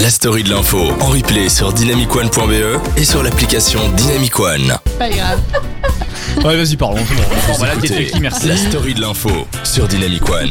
la story de l'info en replay sur dynamicone.be E et sur l'application Dynamic One. Pas grave. Ouais, vas-y, parlons. c'est bon. Bon, voilà, Écoutez, t'es qui, merci. La story de l'info sur Dynamic One.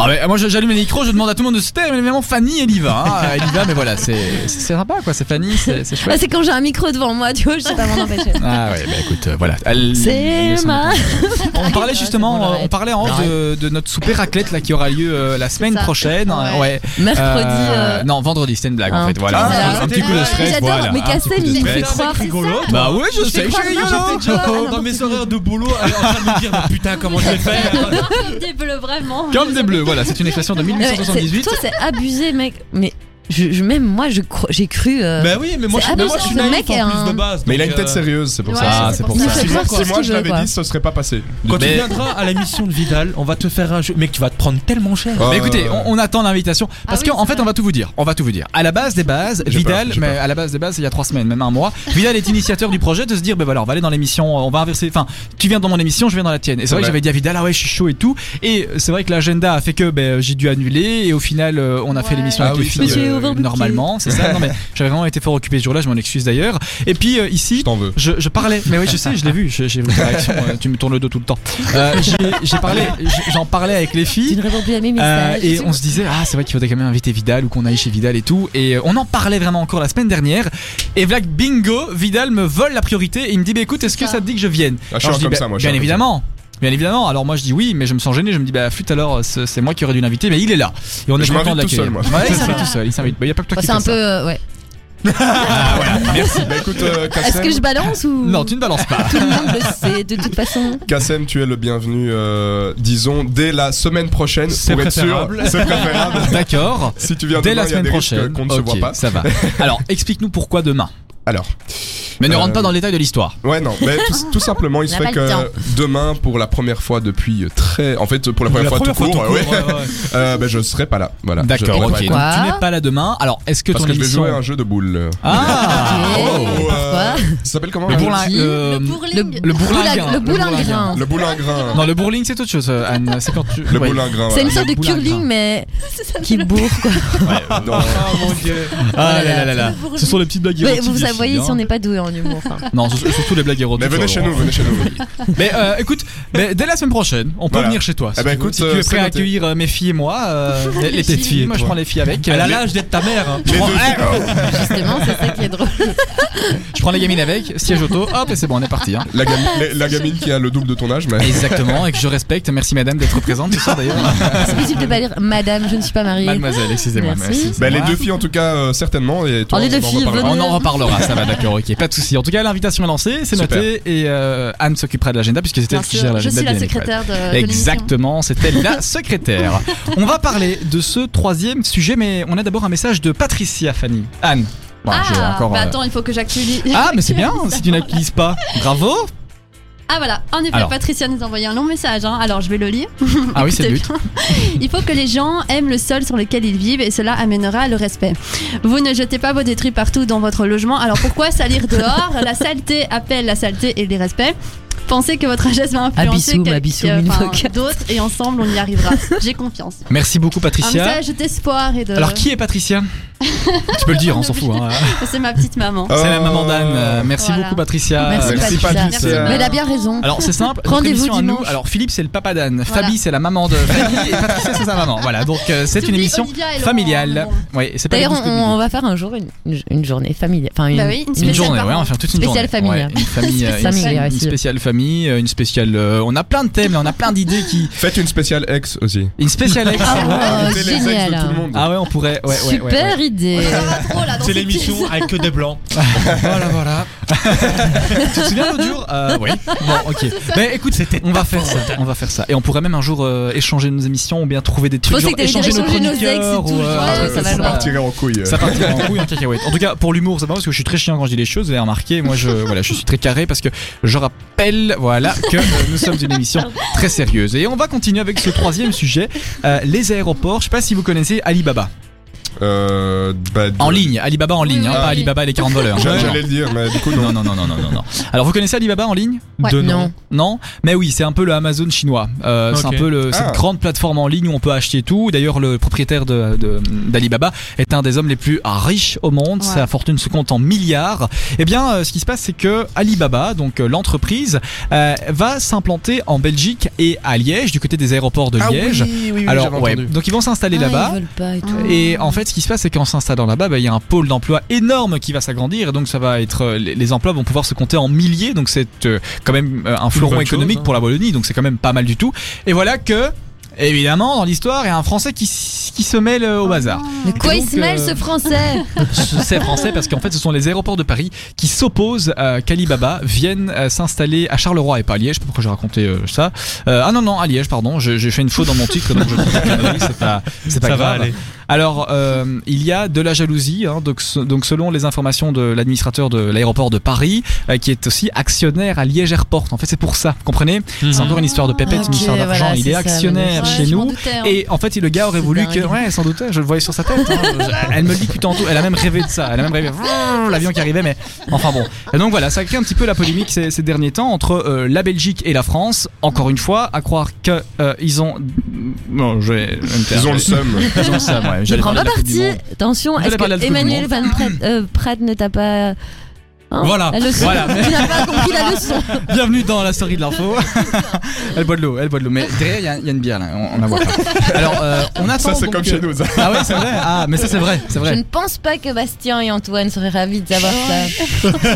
Ah, mais moi, je- j'allume les micros, je demande à tout le monde de se taire, mais évidemment, Fanny, elle y va. hein. Elle y va, mais voilà, c'est c'est- c'est sympa, quoi. C'est Fanny, c'est c'est Bah, chouette. c'est quand j'ai un micro devant moi, tu vois, je sais pas m'en empêcher. Ah, ouais, bah écoute, euh, voilà. Elle- C'est elle- ma. On parlait C'est bon, justement, euh, j'arrête. on parlait en off de, de notre souper raclette là qui aura lieu euh, la semaine ça. prochaine. Ouais. Ouais. Mercredi. Euh, euh, Non, vendredi, c'était une blague en hein. fait. Voilà. Ah, un petit coup de stress. J'adore, voilà. mais un petit coup Kassem, de il me fait stress. croire que c'est ça. Bah ouais, je Je sais, fais je croire suis que rigolo. j'étais déjà, euh, dans n'importe mes quoi. horaires de boulot en train de me dire mais putain comment je vais faire Des bleus, vraiment. Comme des bleus, voilà, c'est une expression de Ouais, c'est- 1878. Toi, c'est abusé, mec. Mais je, je- même moi, je cro- j'ai cru. euh, Bah oui mais moi je C'est suis- mais moi, abusé, je suis ce naïf mec est en un- plus de base Mais il a donc, une tête euh, sérieuse, c'est pour Ouais, ça. Ah, c'est pour ça. Si Fais moi, voir si ce moi que je tu veux, l'avais quoi. dit, ce serait pas passé. Quand tu Mais- viendras à la mission de Vidal on va te faire un jeu Mec tu vas te prendre tellement cher Oh. Mais écoutez, on, on attend l'invitation parce Ah oui, qu'en c'est fait, vrai. on va tout vous dire. On va tout vous dire. À la base des bases, J'ai Vidal, peur, j'ai mais à la base des bases, c'est il y a trois semaines, même un mois. Vidal est initiateur du projet de se dire, ben voilà, on va aller dans l'émission, on va inverser. Enfin, tu viens dans mon émission, je viens dans la tienne. Et c'est vrai que Ouais. j'avais dit à Vidal, ah ouais, je suis chaud et tout. Et c'est vrai que l'agenda a fait que ben, j'ai dû annuler et au final, euh, on a fait Ouais. l'émission Ah avec oui, les c'est filles vrai. euh, Overbooké. normalement, c'est ça. Non mais j'avais vraiment été fort occupé ce jour-là, je m'en excuse d'ailleurs. Et puis euh, ici, Je t'en veux. je, je parlais, mais oui, je sais, je l'ai vu, j'ai j'ai vu ta réaction, euh, tu me tournes le dos tout le temps. Euh, j'ai- j'ai parlé, j'ai- j'en parlais avec les Tu filles. ne réponds plus à mes euh, messages. et on se disait ah c'est vrai qu'il faudrait quand même inviter Vidal ou qu'on aille chez Vidal et tout et euh, on en parlait vraiment encore la semaine dernière et Vlad bingo Vidal me vole la priorité et il me dit bah écoute est-ce que Ça. ça te dit que je vienne Ah, je suis Alors, un dis, comme bah, ça, moi, je suis bien un comme évidemment bien évidemment alors moi je dis oui mais je me sens gêné je me dis bah flûte alors c'est c'est moi qui aurais dû l'inviter mais il est là et on est Je content de m'invite tout l'accueillir seul, moi. ouais il s'invite tout seul il s'invite Bah, il y a pas que toi Enfin, qui fais c'est un peu. ça. euh, ouais. Merci. Bah écoute, euh, Est-ce Kassem, que je balance ou. non tu ne balances pas Tout le monde le sait, de toute façon. Kassem, tu es le bienvenu, euh, disons, dès la semaine prochaine. C'est pour être sûr, préférable. c'est préférable. d'accord Si tu viens Dès demain, la il y a semaine des risques prochaine. qu'on ne se Ok, voit pas. Ça va. Alors, explique-nous pourquoi demain. Alors, Mais ne Euh, rentre pas dans le détail de l'histoire. ouais, non, mais tout, tout simplement, il se On n'a fait pas le que demain, pour la première fois depuis très. En fait, pour la première La fois tout première fois court, ouais, tout court, ouais, ouais. euh, ben, je serai pas là. Voilà. D'accord, Je ok. pourrais Donc pas tu être n'es là. Quoi pas là demain. Alors, est-ce que Parce ton que je vais émission. jouer à un jeu de boules. Ah Ok. Oh, Pourquoi euh, Ça s'appelle comment Le hein bourlin. Qui euh, Le Le, bourling. le bourlingrin. Le bourlingrin. Le boulingrin. Non, le bourling, c'est autre chose, euh, Anne. C'est quand tu. Le ouais. boulingrin. C'est une voilà. sorte de boulingrin. curling, mais qui bourre quoi. Non, Ah là là là là. bourling. Ce sont les petites blagues Mais érotiques vous des filles, voyez si hein. on n'est pas doué en humour. enfin. Non, ce- surtout les blagues érotiques. Mais venez sur chez le nous, droit. venez chez nous. Mais euh, écoute, mais dès la semaine prochaine, on peut Voilà. venir chez toi. Eh ben, tu veux. écoute, si tu euh, es c'est prêt à noté. accueillir euh, mes filles et moi, euh, les, les petites filles, moi je toi. Ah, prends les filles avec. Elle Euh, a les- l'âge d'être ta mère hein. Les deux filles, oh. Justement, c'est ça qui est drôle. Je prends les gamines avec, siège auto, hop, et c'est bon, on est parti. hein. La, gamine, la- la gamine qui a le double de ton âge, mais. Exactement, et que je respecte. Merci madame d'être présente ce soir d'ailleurs. C'est possible de pas dire Madame, je ne suis pas mariée. Mademoiselle, excusez-moi. Merci. merci, c'est Bah, les moi. deux filles, en tout cas, euh, certainement. Et toi, Oh, les deux on en filles, reparlera. venez. On en reparlera, ça va, d'accord, ok, pas de souci. En tout cas, l'invitation est lancée, c'est Super. noté, et euh, Anne s'occupera de l'agenda puisque c'était elle Bien qui sûr, gère je l'agenda. suis la bien évidemment. secrétaire de- de l'émission. Exactement, c'était la secrétaire. On va parler de ce troisième sujet, mais on a d'abord un message de Patricia Fanny. Anne. Bon, Ah, j'ai encore, bah euh, attends, il faut que j'actualise. Ah, mais c'est bien, si tu n'accuses pas. Bravo Ah voilà, en effet, Alors. Patricia nous a envoyé un long message, hein. alors je vais le lire. Ah oui, c'est le but. Il faut que les gens aiment le sol sur lequel ils vivent et cela amènera le respect. Vous ne jetez pas vos détritus partout dans votre logement, alors pourquoi salir dehors La saleté appelle la saleté et l'irrespect. Pensez que votre geste va influencer Abissoum, quel- abissoum, euh, une enfin, vocale. d'autres et ensemble on y arrivera. J'ai confiance. Ah, Merci beaucoup, Un Patricia. message euh, d'espoir et de. Alors, qui est Patricia Tu peux le dire, on s'en fout. hein. C'est ma petite maman. C'est Oh. la maman d'Anne. Euh, Merci Voilà. beaucoup, Patricia. Merci, Merci, Patricia. Patricia. Mais elle a bien raison. Alors c'est simple, notre Rendez-vous émission à nous. dimanche. Alors Philippe c'est le papa d'Anne, Voilà. Fabi c'est la maman de Fanny et Patricia c'est sa maman. Voilà donc euh, c'est une J'oublie émission Olivia et Laurent, mais familiale. bon. Oui, c'est pas D'ailleurs, les on, douze communes. on va faire un jour une, une journée familiale. Enfin, une, Bah oui, une une spéciale journée, parents. ouais, on va faire toute une Spéciale journée. famille. Ouais, une famille, euh, une, Spéciale famille, une aussi. spéciale famille, euh, une spéciale. euh, on a plein de thèmes, là, on a plein d'idées qui. Faites une spéciale ex aussi. Une spéciale. ex. Ah, Invitez les ex de génial. tout le monde. ah ouais, on pourrait. Ouais, ouais, ouais, ouais. Super idée. Ça va trop, là, dans C'est cette pièce. l'émission avec que des blancs Voilà, voilà. tu te souviens l'autre jour Euh, Oui. Bon, ok. Mais écoute, c'était. On va faire ça. On va faire ça. Et on pourrait même un jour euh, échanger nos émissions ou bien trouver des Je trucs. pensais genre que t'allais dire échanger nos échanger nos ex et chroniqueurs tout, ou, je euh, vois, un ouais, truc ça comme va Ça loin. partirait en couille. euh. Ça partira en couille en cacahuète. En tout cas, pour l'humour, c'est pas parce que je suis très chiant quand je dis les choses. Vous avez remarqué, moi, je, voilà, je suis très carré parce que je rappelle, voilà, que euh, nous sommes une émission très sérieuse. Et on va continuer avec ce troisième sujet, euh, les aéroports. Je sais pas si vous connaissez Alibaba. euh, bah, de- En ligne, Alibaba en ligne, Oui, hein, oui, pas oui. Alibaba et les 40 voleurs. J'a- Non, J'allais le dire, mais du coup, non. Non, non, non, non, non, non, non. Alors, vous connaissez Alibaba en ligne Ouais, de non. Non Mais oui, c'est un peu le Amazon chinois. Euh, C'est Ok. un peu le- cette Ah. grande plateforme en ligne où on peut acheter tout. D'ailleurs, le propriétaire de- de- d'Alibaba est un des hommes les plus riches au monde. Ouais. Sa fortune se compte en milliards. Eh bien, euh, ce qui se passe, c'est que Alibaba, donc euh, l'entreprise, euh, va s'implanter en Belgique et à Liège, du côté des aéroports de Ah oui, Liège. oui, oui, Alors, j'avais ouais. entendu. donc ils vont s'installer Ah, là-bas. Ils veulent pas et tout. Et en fait, ce qui se passe, c'est qu'en s'installant là-bas, bah, il y a un pôle d'emploi énorme qui va s'agrandir. Et donc, ça va être, euh, les les emplois vont pouvoir se compter en milliers. Donc, c'est euh, quand même euh, un fleuron bonne économique chose, hein. pour la Wallonie. Donc, c'est quand même pas mal du tout. Et voilà que, évidemment, dans l'histoire, il y a un Français qui, s- qui se mêle euh, Oh au bazar. Mais quoi, Et il donc, se mêle euh, ce français C'est français parce qu'en fait, ce sont les aéroports de Paris qui s'opposent à qu'Alibaba vienne euh, s'installer à Charleroi et pas à Liège. Je sais pas pourquoi j'ai raconté euh, ça. Euh, ah non, non, à Liège, pardon. Je- J'ai fait une faute dans mon titre, donc je prends la connerie, c'est pas, c'est pas Ça va grave. aller. Alors, euh, il y a de la jalousie. hein, donc, se- donc, selon les informations de l'administrateur de l'aéroport de Paris, euh, qui est aussi actionnaire à Liège Airport. En fait, c'est pour ça, vous comprenez Mhm. C'est encore une histoire de pépette, Ok, une histoire d'argent. voilà, il c'est est ça, actionnaire mais- chez je m'en nous. doutais, hein. Et en fait, le gars aurait C'est voulu dingue. que. Ouais, sans doute, je le voyais sur sa tête. hein. Elle me le dit tout en tout. Elle a même rêvé de ça. Elle a même rêvé. Vrrr, L'avion qui arrivait, mais. Enfin bon. Et donc voilà, ça crée un petit peu la polémique ces, ces derniers temps entre euh, la Belgique et la France. Encore une fois, à croire que euh, ils ont. Non, je vais. Ils ont le seum. Ils ont le seum, ouais. Je J'allais prends parler pas de la Coupe du parti. Monde. Attention, J'allais est-ce parler de la que Coupe du Emmanuel Van Pratt, euh, Pratt ne t'a pas. hein, Voilà, la leçon. voilà. Tu n'as pas compris la leçon. Bienvenue dans la story de l'info. elle boit de l'eau, elle boit de l'eau. Mais derrière, il y a- il y, a une bière là, on, on la voit pas. Alors, euh, on attend. Ça, c'est donc, comme euh, chez nous. ça. Ah ouais, c'est vrai. Ah, mais ça, c'est vrai, c'est Je vrai. ne pense pas que Bastien et Antoine seraient ravis de savoir ça.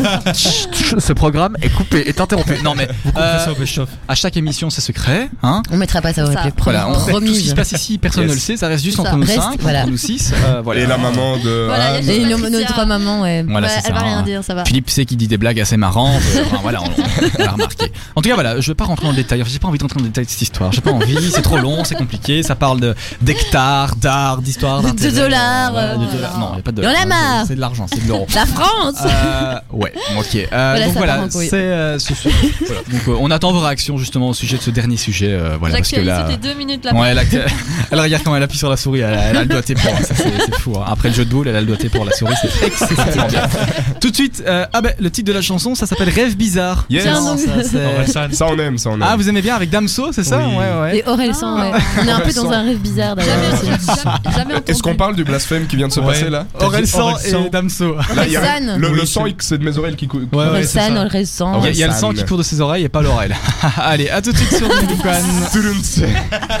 Ce programme est coupé, est interrompu. Non, mais euh, Ça, Bischoff. à chaque émission, c'est secret. Hein On mettra pas ça au Ça. replay. voilà, on, tout ce qui promis. se passe ici, personne Yes. ne le sait, ça reste juste C'est entre ça. nous Reste, cinq, voilà. entre nous six. euh, voilà. Et la maman de. Voilà, il y a- Et nos, Patricia. nos trois mamans, ouais. Voilà, Ouais, c'est elle ça, va rien hein. dire, Ah. ça va. Philippe sait qu'il dit des blagues assez marrantes. euh, enfin, voilà, on, on- on l'a remarqué. En tout cas, voilà, je vais pas rentrer dans le détail. J'ai pas envie de rentrer dans le détail de cette histoire. J'ai pas envie. C'est trop long, c'est compliqué. Ça parle de d'hectares, d'art, d'histoire, De d'intérêt, dollars, voilà, de euh, dollars. Non, y a pas de Il y en a dollars. C'est- marre. C'est de l'argent, c'est de l'euro. La France Euh, ouais, ok. Euh, Voilà, donc ça part voilà, en couille. c'est euh, ce sujet. Voilà. Donc euh, on attend vos réactions justement au sujet de ce dernier sujet. euh, voilà, parce que J'actualise là. toutes les deux minutes là. Ouais, elle, a- elle regarde quand elle appuie sur la souris, elle, a- elle a le doigté pour, ça c'est c'est fou. hein. Après le jeu de boules, elle a le doigté pour la souris, c'est excessivement bien. Tout de suite, euh, ah ben, le titre de la chanson, ça s'appelle Rêve bizarre. Yes. Tiens, Non, donc- ça, c'est- Orelsan. Ça, on aime, ça, on aime. ah, vous aimez bien avec Damso, c'est ça Oui. Ouais, ouais. Et Orelsan, Ah. ouais. On est un peu Orelsan. dans un rêve bizarre Jamais, d'ailleurs. jamais, jamais, jamais entendu. Est-ce qu'on parle du blasphème qui vient de se Ouais. passer là T'as dit Orelsan et Damso. Là, il y a- Orelsan. Le, le Oui, sang, c'est- il- c'est de mes oreilles qui coule. Ouais, ouais, c'est Orelsan, ça. Orelsan. Il y a- il y, a le sang Orelsan. qui court de ses oreilles et pas l'oreille. Allez, à tout de suite sur Dynamic One.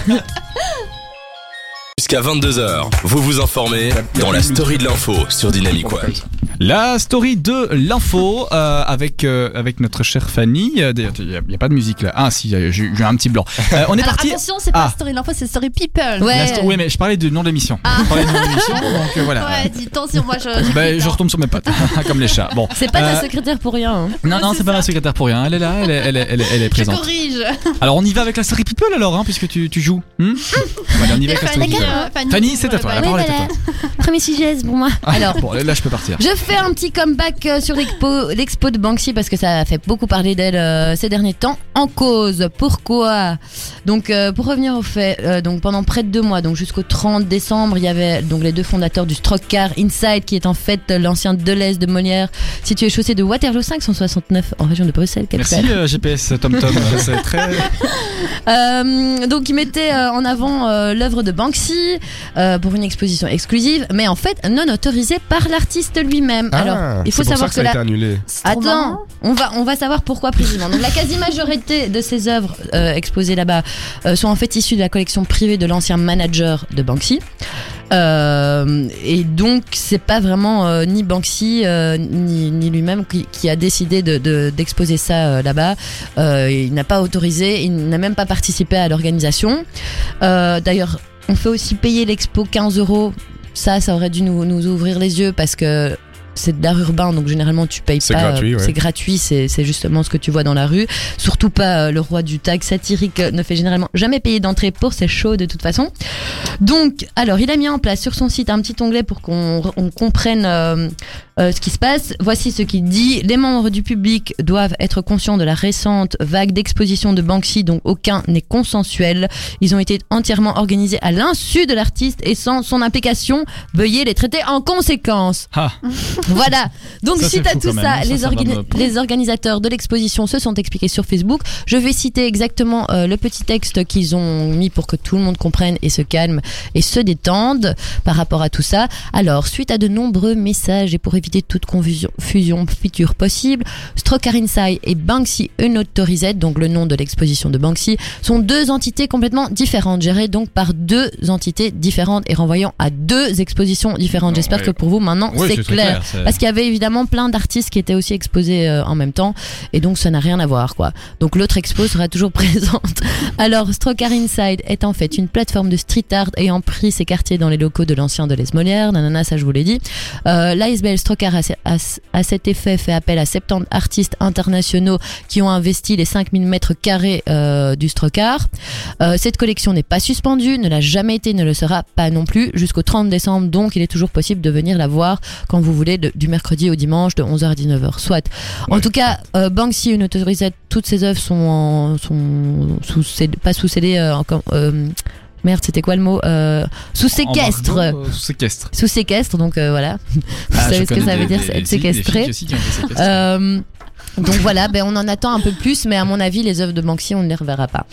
Jusqu'à 22h, vous vous informez dans la story de l'info sur Dynamic One. La story de l'info euh, avec euh, avec notre chère Fanny. Euh, D'ailleurs, il n'y a, il y a pas de musique là. Ah si, j'ai j'ai eu un petit blanc. Euh, on est Alors parti. attention, c'est pas Ah. Story L'info, c'est Story People. La Ouais. sto- oui, mais je parlais du nom de l'émission. Ah. Je parlais du nom de l'émission, donc euh, voilà. Ouais, dis attention, moi je. j'ai Ben, pris je le temps. retombe sur mes pattes, comme les chats. Bon. C'est pas Euh, ta secrétaire pour rien. hein. Non, non, c'est pas ma secrétaire pour rien. Elle est là, elle est, elle est, elle est, elle est Je présente. corrige. Alors, on y va avec la story people alors, hein, puisque tu, tu joues. Hmm Ah. Voilà, on y va avec la story people. euh, Fanny, Fanny, c'est à toi. Ah, La bah, parole Oui, est à voilà. toi. Premier sujet, c'est pour moi. Alors, Ah, Bon, là, je peux partir. Je fais un petit comeback euh, sur l'expo, l'expo de Banksy parce que ça a fait beaucoup parler d'elle euh, ces derniers temps. En cause, pourquoi Donc, euh, pour revenir au fait, euh, donc pendant près de deux mois, donc jusqu'au 30 décembre, il y avait donc les deux fondateurs du Strockcar Inside, qui est en fait euh, l'ancien Deleuze de Molière, situé chaussée de Waterloo 569 en région de Bruxelles. Merci capitale. euh, GPS Tom Tom. C'est très. Euh, donc il mettait euh, en avant euh, l'œuvre de Banksy euh, pour une exposition exclusive, mais en fait non autorisée par l'artiste lui-même. Ah. Alors il faut savoir que ça a la été annulé. c'est trop marrant. Attends, on va, on va savoir pourquoi précisément. Donc la quasi-majorité de ces œuvres euh, exposées là-bas euh, sont en fait issues de la collection privée de l'ancien manager de Banksy. Euh, et donc c'est pas vraiment euh, ni Banksy euh, ni, ni lui-même qui, qui a décidé de- de- d'exposer ça euh, là-bas. Euh, il n'a pas autorisé, il n'a même pas participé à l'organisation. Euh, D'ailleurs, on fait aussi payer l'expo 15 euros. Ça, ça aurait dû nous, nous ouvrir les yeux parce que c'est d'art urbain, donc généralement tu payes C'est pas. gratuit, euh, ouais. C'est gratuit, c'est c'est justement ce que tu vois dans la rue. Surtout pas euh, le roi du tag satirique euh, ne fait généralement jamais payer d'entrée pour ses shows de toute façon. Donc, alors il a mis en place sur son site un petit onglet pour qu'on on comprenne euh, euh, ce qui se passe. Voici ce qu'il dit les membres du public doivent être conscients de la récente vague d'exposition de Banksy, dont aucun n'est consensuel. Ils ont été entièrement organisés à l'insu de l'artiste et sans son implication, veuillez les traiter en conséquence. Ah. Voilà. Donc Ça, c'est suite à fou tout quand ça, même, hein. Ça, les, ça va organi- me- les organisateurs de l'exposition se sont expliqués sur Facebook. Je vais citer exactement euh, le petit texte qu'ils ont mis pour que tout le monde comprenne et se calme et se détende par rapport à tout ça. Alors, suite à de nombreux messages et pour éviter toute confusion fusion future possible, Strokarinsaï et Banksy Unauthorized, donc le nom de l'exposition de Banksy, sont deux entités complètement différentes, gérées donc par deux entités différentes et renvoyant à deux expositions différentes. Non, J'espère ouais. que pour vous maintenant c'est clair. Euh. Bah, Parce qu'il y avait évidemment plein d'artistes qui étaient aussi exposés euh, en même temps, et donc ça n'a rien à voir, quoi. Donc l'autre expo sera toujours présente. Alors, Strocar Inside est en fait une plateforme de street art ayant pris ses quartiers dans les locaux de l'ancien de Les Molières, nanana, ça je vous l'ai dit. Euh, L'ASBL Strocar a, a- à cet effet fait appel à 70 artistes internationaux qui ont investi les 5000 mètres carrés euh, du Strocar. Euh, cette collection n'est pas suspendue, ne l'a jamais été, ne le sera pas non plus jusqu'au 30 décembre, donc il est toujours possible de venir la voir quand vous voulez, de- du mercredi au dimanche, de 11h à 19h, soit. En tout cas, euh, Banksy, une autorisette, toutes ses œuvres sont, en, sont sous, scellé- pas sous scellé, euh, encore, euh, merde, c'était quoi le mot Euh, Sous séquestre Embargo, euh, Sous séquestre. sous séquestre, donc euh, voilà. Vous Ah, je savez ce que connais ça des- veut dire, des- c'est des filles- des être filles séquestré. qui aussi qui ont été séquestrées. Euh, donc voilà, ben on en attend un peu plus, mais à mon avis, les œuvres de Banksy, on ne les reverra pas.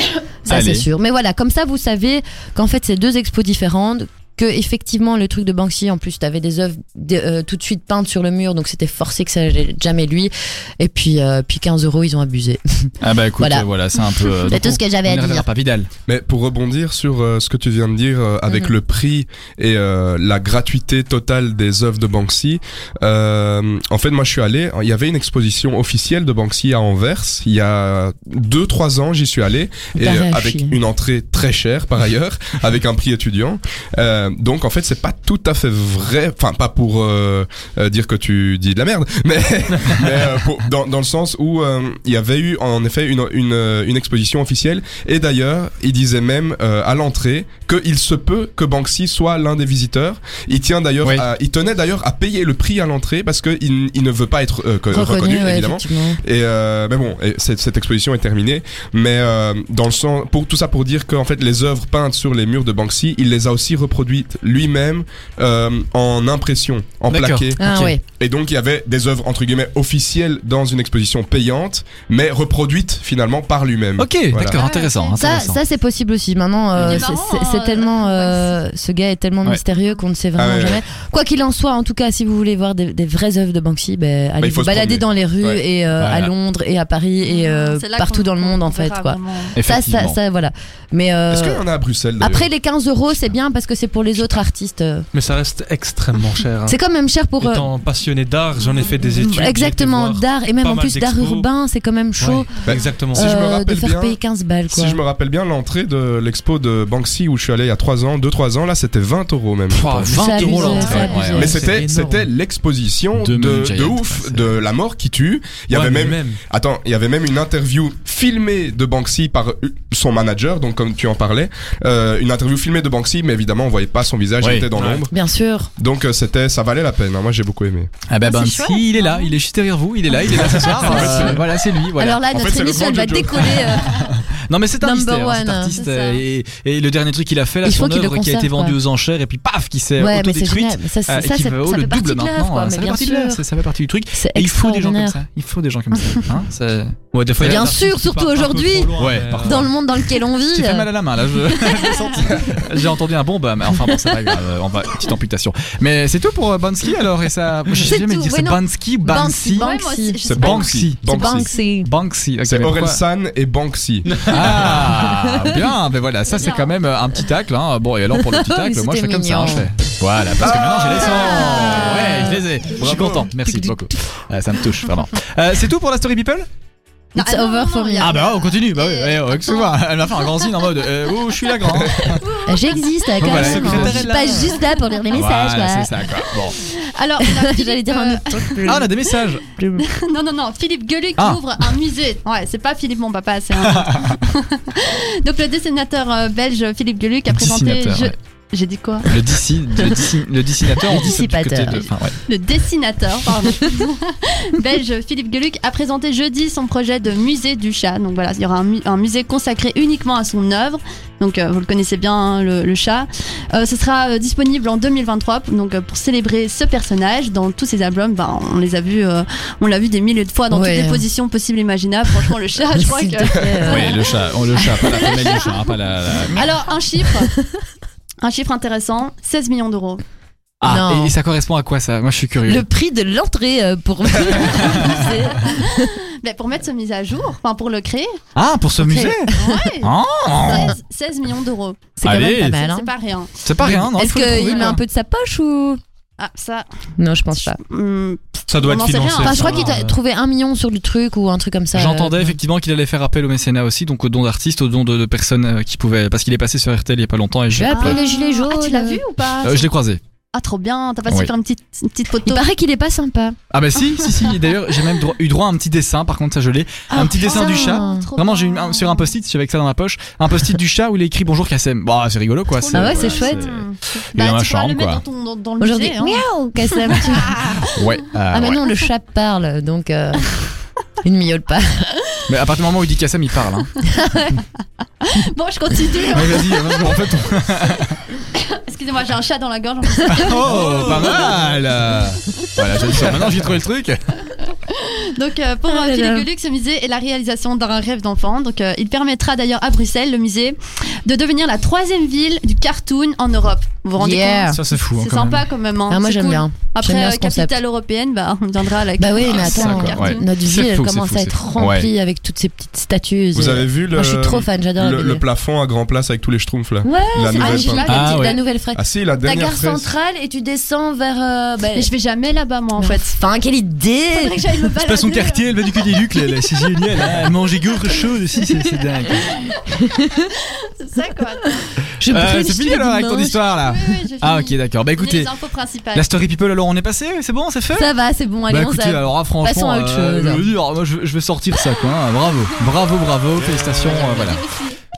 Ça, Allez. c'est sûr. Mais voilà, comme ça, vous savez qu'en fait, c'est deux expos différentes. Que effectivement le truc de Banksy en plus t'avais des œuvres des, euh, tout de suite peintes sur le mur donc c'était forcé que ça allait jamais lui et puis euh, puis 15 euros ils ont abusé Ah bah écoute, Voilà. euh, voilà, c'est un peu. euh, c'est donc tout on- ce que j'avais on à ne reverra dire pas Vidal. Mais pour rebondir sur euh, ce que tu viens de dire euh, avec Mhm. le prix et euh, la gratuité totale des œuvres de Banksy, euh, en fait, moi, je suis allé. Il y avait une exposition officielle de Banksy à Anvers. Il y a deux, trois ans, j'y suis allé et Pareil, euh, à avec chier. une entrée très chère par ailleurs, avec un prix étudiant. Euh, donc, en fait, c'est pas tout à fait vrai. Enfin, pas pour euh, euh, dire que tu dis de la merde, mais, mais, euh, pour- dans, dans le sens où euh, il y avait eu en effet une, une, euh, une exposition officielle. Et d'ailleurs, il disait même euh, à l'entrée qu'il se peut que Banksy soit l'un des visiteurs. Il tient d'ailleurs, Oui. à- il tenait d'ailleurs à payer le prix à l'entrée parce que il, il ne veut pas être euh, co- reconnu, ouais, évidemment. effectivement. Et euh, mais bon, et cette, cette exposition est terminée. Mais euh, dans le sens, pour tout ça pour dire qu'en fait, les œuvres peintes sur les murs de Banksy, il les a aussi reproduites lui-même euh, en impression, en D'accord. plaqué. ah Ok. ouais Et donc il y avait des œuvres entre guillemets officielles dans une exposition payante, mais reproduites finalement par lui-même. Ok, Voilà. d'accord, intéressant. ça, intéressant. ça c'est possible aussi maintenant euh, Il est c'est- marrant, c'est- c'est euh, tellement euh, ce gars est tellement Ouais. mystérieux qu'on ne sait vraiment Ah ouais, jamais quoi qu'il en soit en tout cas si vous voulez voir des, des vraies œuvres de Banksy ben, allez Bah, il vous faut se balader promener. dans les rues Ouais. et euh, à Voilà. Londres et à Paris et euh, C'est là partout qu'on- dans le monde qu'on en fait verra quoi vraiment. ça, ça Effectivement. ça voilà mais euh, Est-ce qu'il y en a à Bruxelles d'ailleurs après les 15 euros c'est bien parce que c'est pour les autres artistes Hein. euh. Mais ça reste extrêmement cher. hein. c'est quand même cher pour euh, Étant passionné d'art, j'en ai fait des études. j'ai été exactement voir. d'art et même pas en mal plus d'art d'expos. urbain c'est quand même chaud Ouais, Bah, exactement. Si je me euh, de rappelle faire bien- payer 15 balles quoi Si je me rappelle bien, l'entrée de l'expo de Banksy où je suis allé il y a 3 ans, 2-3 ans, là c'était 20 euros même. je Pouah, pense. 20 euros abusé, l'entrée. c'est abusé. Mais Ouais, c'était c'était l'exposition De de, Manu de, Giant, ouais, ouf c'est de la mort qui tue. Il y avait même attends, il y avait même une interview filmée de Banksy par u- son manager, donc comme tu en parlais, euh, une interview filmée de Banksy, mais évidemment on voyait pas son visage, Oui. il était dans Ouais. l'ombre. bien sûr Donc euh, c'était ça valait la peine. hein. Moi j'ai beaucoup aimé. Ah bah Ah, c'est ben, chouette, si, il est là, il est juste derrière vous, il est là, il est là ce soir. Ah, C'est euh, vrai. Voilà, c'est lui. Voilà. alors là En fait, notre c'est le émission elle grand va Jojo. décoller euh, Non mais c'est un Number mystère, hein, cet one, artiste c'est ça. euh, et, et le dernier truc qu'il a fait là, Il faut son qu'il le œuvre qui a été conserve, vendue quoi. aux enchères et puis paf, qui s'est Ouais, mais c'est autodétruite. génial. Mais ça, c'est- euh, et ça, qui c'est- vaut ça le fait partie double de l'œuvre, maintenant. quoi, euh, mais Ça fait bien partie de l'œuvre, sûr. ça ça fait partie du truc. C'est Et il faut des gens comme extraordinaire. ça. Il faut des gens comme ça. hein, ça- Ouais, des fois, il y a Bien des artistes sûr, qui surtout partent un peu aujourd'hui. trop loin, Ouais, mais, euh, parfois. Dans le monde dans lequel on J'ai vit. fait mal à la main là, je- je l'ai senti. j'ai entendu un bon bah mais enfin bon c'est pas grave, euh, on va petite amputation. Mais c'est tout pour euh, Bansky alors et ça je sais C'est jamais tout, dire ouais, c'est non. Bansky ou Banksy. Ouais, Banksy moi aussi, je sais C'est pas. Banksy. C'est Banksy. Banksy. Banksy. ok, C'est mais pourquoi- Orelsan et Banksy. Ah bien, ben voilà, ça c'est quand même euh, un petit tacle. Hein. Bon et alors pour le petit tacle, C'était moi je fais comme ça, hein, je mignon. Ah. fais. Voilà, parce que maintenant j'ai les sons. Ouais, je les ai. Je suis Ah, Bravo. content. Merci beaucoup. Euh, ça me touche vraiment. Euh, c'est tout pour la story people. Non, It's ah non, over non, for non, me. y a- Ah bah on continue, bah oui, ouais, excuse-moi, elle m'a fait un grand signe en mode euh, Oh, je suis la grande. J'existe quand Voilà, même. bah, secrétaire Je suis là. pas juste là pour lire les messages. Voilà, quoi. c'est ça quoi. Bon. Alors, J'allais dire un autre truc. plus- Ah, on a des messages. Non, non, non, Philippe Gueluc Ah. ouvre un musée. Ouais, c'est pas Philippe mon papa, c'est un autre. Donc le dessinateur euh, belge Philippe Gueluc a présenté... Dessinateur, je- ouais. J'ai dit quoi Le, dissi, le, dissi- le dessinateur, Le on dit ça du côté dissipateur. de- enfin, ouais. Le dessinateur, pardon. belge Philippe Gueluc a présenté jeudi son projet de musée du chat. Donc voilà, il y aura un, mu- un musée consacré uniquement à son œuvre. Donc euh, vous le connaissez bien, hein, le, le chat. Euh, ce sera euh, disponible en 2023. Donc euh, pour célébrer ce personnage dans tous ses albums, ben, on les a vus, euh, on l'a vu des milliers de fois dans Ouais. toutes les positions possibles et imaginables. Franchement, le chat, je crois S'il te que. plaît, euh, Oui, le chat, on le chat, pas la femelle du chat, hein, pas la. la- Alors un chiffre, un chiffre intéressant, 16 millions d'euros. Ah, Non. et, et ça correspond à quoi ça Moi je suis curieux. Le prix de l'entrée euh, pour. C'est- Mais Ben, pour mettre ce mise à jour, enfin pour le créer, Ah, pour ce musée ouais, Oh. 16, 16 millions d'euros. C'est quand même Allez. pas C'est- mal. hein. C'est pas rien. C'est pas rien, non Est-ce faut le trouver, qu'il met quoi. un peu de sa poche ou Ah, ça. Non, je pense pas. hum, Ça doit On être en sait rien. financé. Enfin, Ah, je crois ça. qu'il t'a trouvé un million sur le truc ou un truc comme ça. Ah. J'entendais euh, effectivement qu'il allait faire appel au mécénat aussi, donc au don d'artistes, au don de, de personnes euh, qui pouvaient. Parce qu'il est passé sur RTL il y a pas longtemps et Je je. vais appeler Ah. les gilets jaunes. Ah, tu l'as vu ou pas Euh, je l'ai croisé. Ah, trop bien. T'as pas su Oui. faire une petite, une petite photo. Il paraît qu'il est pas sympa. Ah bah si, si, si. D'ailleurs, j'ai même dro- eu droit à un petit dessin, par contre, ça je l'ai. un petit dessin du chat. Ah, trop Vraiment, bien. j'ai eu un- sur un post-it, j'avais que ça dans ma poche, un post-it du chat où il est écrit Bonjour Kassem. Bah, c'est rigolo quoi. Trop Ah ouais, bien. c'est Il chouette. est Bah, dans ma tu pourras chambre, le mettre quoi. dans, ton, dans, dans le Aujourd'hui, musée. hein. miaou, Kassem. tu- Ouais. euh, Ah, mais ouais. non, le chat parle donc. euh, Il ne miaule pas. Mais à partir du moment où il dit Kassem, il parle. Hein. Bon, je continue. Ouais, vas-y, vas-y, en fait. Excusez-moi, j'ai un chat dans la gorge. Oh, pas mal Voilà, j'ai maintenant j'ai trouvé le truc. Donc euh, pour Ah là euh, là. Philippe Gueluc, ce musée est la réalisation d'un rêve d'enfant. Donc euh, il permettra d'ailleurs à Bruxelles, le musée, de devenir la troisième ville du cartoon en Europe. Vous vous rendez Yeah. compte Ça, c'est fou. hein, C'est quand même. sympa quand même. hein. Ah, moi C'est j'aime cool. bien. Après bien euh, ce concept. capitale européenne, bah on viendra à la. Bah oui, mais Ah, c'est attends, ça, quoi, ouais. notre ville C'est elle fou, c'est commence fou, à c'est être fou. remplie avec toutes ces petites statues. Vous et- avez vu le. Moi je suis trop fan, j'adore la Le, BD. le plafond à grand place avec tous les schtroumpfs là. Ouais, la c'est nouvelle ah, j'ai fraise. la, Ah, petite- ouais. la nouvelle fraise. Ah si, la Ta dernière gare fraise. centrale et tu descends vers. euh, bah, Mais je vais jamais là-bas moi en fait. Enfin, quelle Faudrait idée que j'aille me C'est pas son balader. quartier, elle va du cul des Lucs, là, là, c'est génial. hein. Elle mange des gaufres chaudes aussi, c'est c'est dingue. C'est ça quoi. Je Euh, brûle, c'est je fini fais alors du avec ton mange. histoire là. Oui, oui, j'ai Ah ok fini. d'accord. Bah Écoutez. écoutez, Les infos principales. la story people alors on est passé, c'est bon, c'est fait. Ça va, c'est bon, allez, bah on écoutez, s'arrête. alors ah, Passons franchement, à autre euh, chose. je veux dire, moi, je, je vais sortir ça quoi. hein. Bravo, bravo, bravo, félicitations, euh, voilà.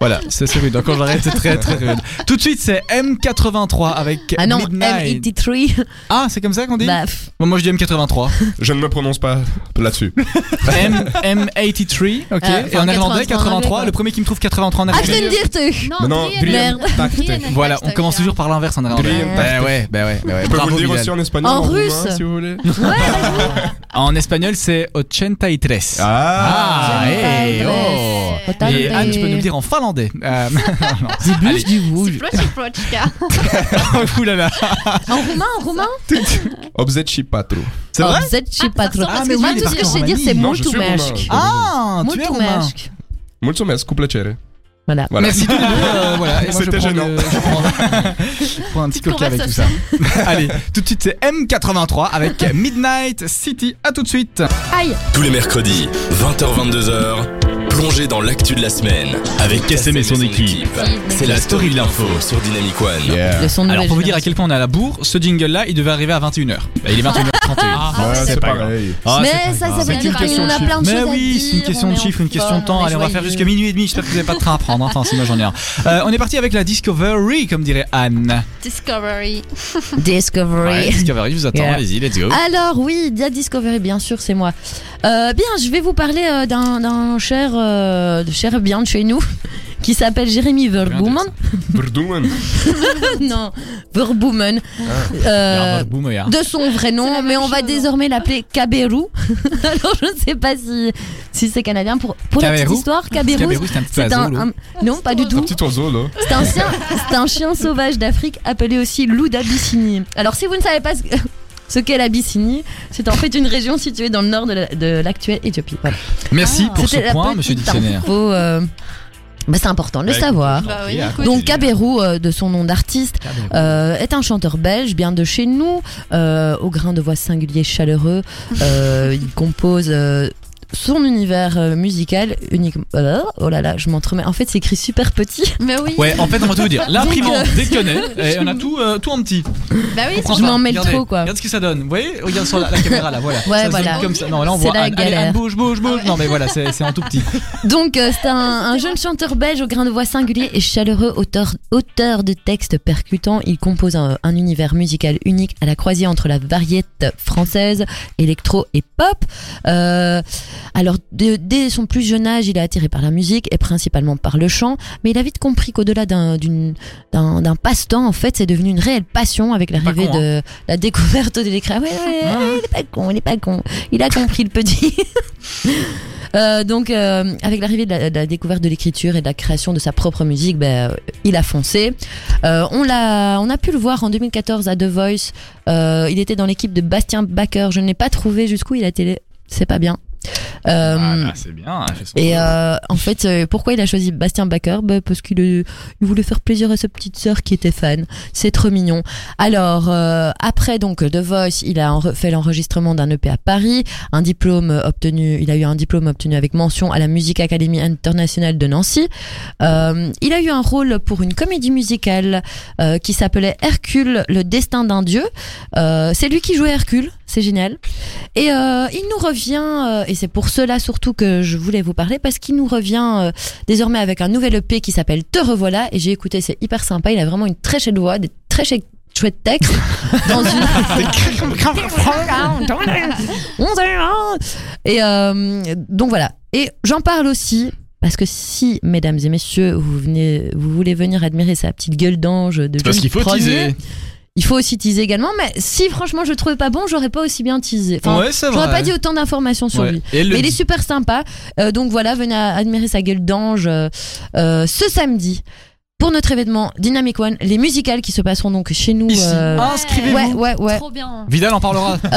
Voilà, c'est c'est rude. Quand j'arrête, c'est très très rude. Tout de suite, c'est M83 avec Ah non, Midnight. M83. Ah, c'est comme ça qu'on dit Bah, pff, Bon, Moi je dis M83. Je ne me prononce pas là-dessus. M, M83, ok. Euh, et en irlandais, 83 en anglais, 83. quoi. le premier qui me trouve 83 en ah, je irlandais. viens de dire tu. Non, Maintenant, Brienne. Brienne Merde. Tact. Brienne, Voilà, hashtag, hein. on commence toujours par l'inverse en irlandais. Brian Bah ouais, bah ouais, bah ouais. Je peux vous Bravo, le dire Bilal. aussi en espagnol, En en roumain, russe. si vous voulez. En espagnol, c'est 83. Ah, hey, oh. Et Anne, tu peux nous le dire en finlandais. Euh, non, non. Allez. du C'est Flotchy Flotchka. Ouh là là. En roumain, en roumain Obzetchi patru. C'est vrai Vous êtes, je sais pas trop. Ah, Parce mais que oui, moi, il est tout ce que je parti sais en dire, c'est Roumanie. Non, je suis roumain. multumashk. Ah, tu es roumain. Multumashk. Mulțumesc, cu plăcere. Voilà. Voilà. Merci tous les deux. euh, voilà. Et moi, je C'était prends gênant. le- je, prends, je prends un petit coca avec tout ça. Allez, tout de suite, c'est M83 avec Midnight City. À tout de suite. Aïe. Tous les mercredis, 20h-22h, plongez dans l'actu de la semaine avec Kassem et son équipe. C'est la story de l'info sur Dynamic One. Le son de Alors, nouvelle pour vous dire à génération. quel point on est à la bourre, ce jingle-là, il devait arriver à 21h. Bah, Il est 21h31. Ouais, c'est pas pareil. Ah. Mais ça, ça veut dire question qu'on a de plein de choses Mais à oui, c'est une dire, question on de est en chiffres, une question de forme, temps. on est Allez, on va faire joyeux. jusqu'à minuit et demi. J'espère que vous n'avez pas de train à prendre. Enfin, sinon j'en ai un. Euh, on est parti avec la Discovery, comme dirait Anne. Discovery. Ouais, Discovery. Discovery, je vous attends. Yeah. Euh, Allez-y, let's go. Alors oui, Dia Discovery, bien sûr, c'est moi. Euh, bien, je vais vous parler euh, d'un d'un cher, euh, de cher bien de chez nous qui s'appelle Jérémy Verboemen. Verdoemen. non, Verboemen. Ah, Euh, Alors, boum, regarde. de son vrai C'est la nom, même mais on va chose. désormais l'appeler Kaberu. Alors je ne sais pas si, si c'est canadien. Pour, pour la petite Kaberu histoire, Kaberu, Caberou, c'est un petit c'est oiseau, un, l'eau. un- Non, pas du Un tout. petit oiseau, là. C'est un, chien, c'est un chien sauvage d'Afrique appelé aussi loup d'Abyssinie. Alors si vous ne savez pas ce, ce qu'est l'Abyssinie, c'est en fait une région située dans le nord de la- de l'actuelle Éthiopie. Voilà. Merci Ah. pour ce C'était la point, petite monsieur Dictionnaire. info, euh, bah, c'est important de le Bah, savoir. Bah Gentil, oui, hein. écoute. Donc Kaberu, euh, de son nom d'artiste, euh, est un chanteur belge, bien de chez nous, euh, au grain de voix singulier chaleureux. Euh, il compose euh, son univers euh, musical uniquement. Oh là là, je m'entremets. En fait, c'est écrit super petit. Mais oui, Ouais, en fait, on va tout vous dire. L'imprimante, que- dès qu'on est, et on a tout, euh, tout en petit. bah oui, Comprends je pas. m'en mêle Regardez. trop, quoi. Regarde ce que ça donne. Vous voyez Regarde sur la, la caméra là, voilà. Ouais, Ça se voilà. donne Comme ça. Non, là on C'est voit. la Anne, allez, galère. Ah Anne, bouge, bouge, bouge. Non, mais voilà, c'est c'est en tout petit. Donc, euh, c'est un, un jeune chanteur belge au grain de voix singulier et chaleureux, auteur, auteur de textes percutants. Il compose un, un univers musical unique à la croisée entre la variété française, électro et pop. Euh, alors, dès- dès son plus jeune âge, il est attiré par la musique et principalement par le chant. Mais il a vite compris qu'au-delà d'un d'une- d'un- d'un passe-temps, en fait, c'est devenu une réelle passion avec l'arrivée con, hein. de la découverte de l'écran. Ouais, ouais, ouais, il est pas con, il est pas con. Il a compris le petit. Euh, donc, euh, avec l'arrivée de, la- de la découverte de l'écriture et de la création de sa propre musique, ben, euh, il a foncé. Euh, on l'a, on a pu le voir en 2014 à The Voice. Euh, il était dans l'équipe de Bastien Backer. Je ne l'ai pas trouvé jusqu'où il a été. C'est pas bien. Euh, Voilà, Ah, c'est bien. hein, elle fait son- et euh, en fait, euh, pourquoi il a choisi Bastien Backer Bah, Parce qu'il euh, il voulait faire plaisir à sa petite sœur qui était fan. C'est trop mignon. Alors, euh, après donc The Voice, il a en- fait l'enregistrement d'un EP à Paris, un diplôme euh, obtenu, il a eu un diplôme obtenu avec mention à la Music Academy Internationale de Nancy. Euh, il a eu un rôle pour une comédie musicale euh, qui s'appelait Hercule, le destin d'un dieu. Euh, c'est lui qui jouait Hercule, c'est génial. Et euh, il nous revient, euh, et c'est pour cela surtout que je voulais vous parler, parce qu'il nous revient euh, désormais avec un nouvel EP qui s'appelle Te revoilà, et j'ai écouté, c'est hyper sympa, il a vraiment une très chouette voix, des très chou- chouettes textes. dans une... hein. et euh, donc voilà. Et j'en parle aussi. Parce que si, mesdames et messieurs, vous venez, vous voulez venir admirer sa petite gueule d'ange de Parce jeune qu'il faut premier, teaser. il faut aussi teaser également, mais si franchement je le trouvais pas bon, j'aurais pas aussi bien teasé. Enfin, ouais, c'est j'aurais vrai. pas dit autant d'informations sur Ouais. lui. Et elle le Mais il est dit. super sympa. Euh, donc voilà, venez à- admirer sa gueule d'ange euh, euh, ce samedi pour notre événement Dynamic One, les musicales qui se passeront donc chez nous. Ici. euh, ah, Inscrivez-vous. ouais, ouais, ouais. trop bien. Vidal en parlera. Euh, bah,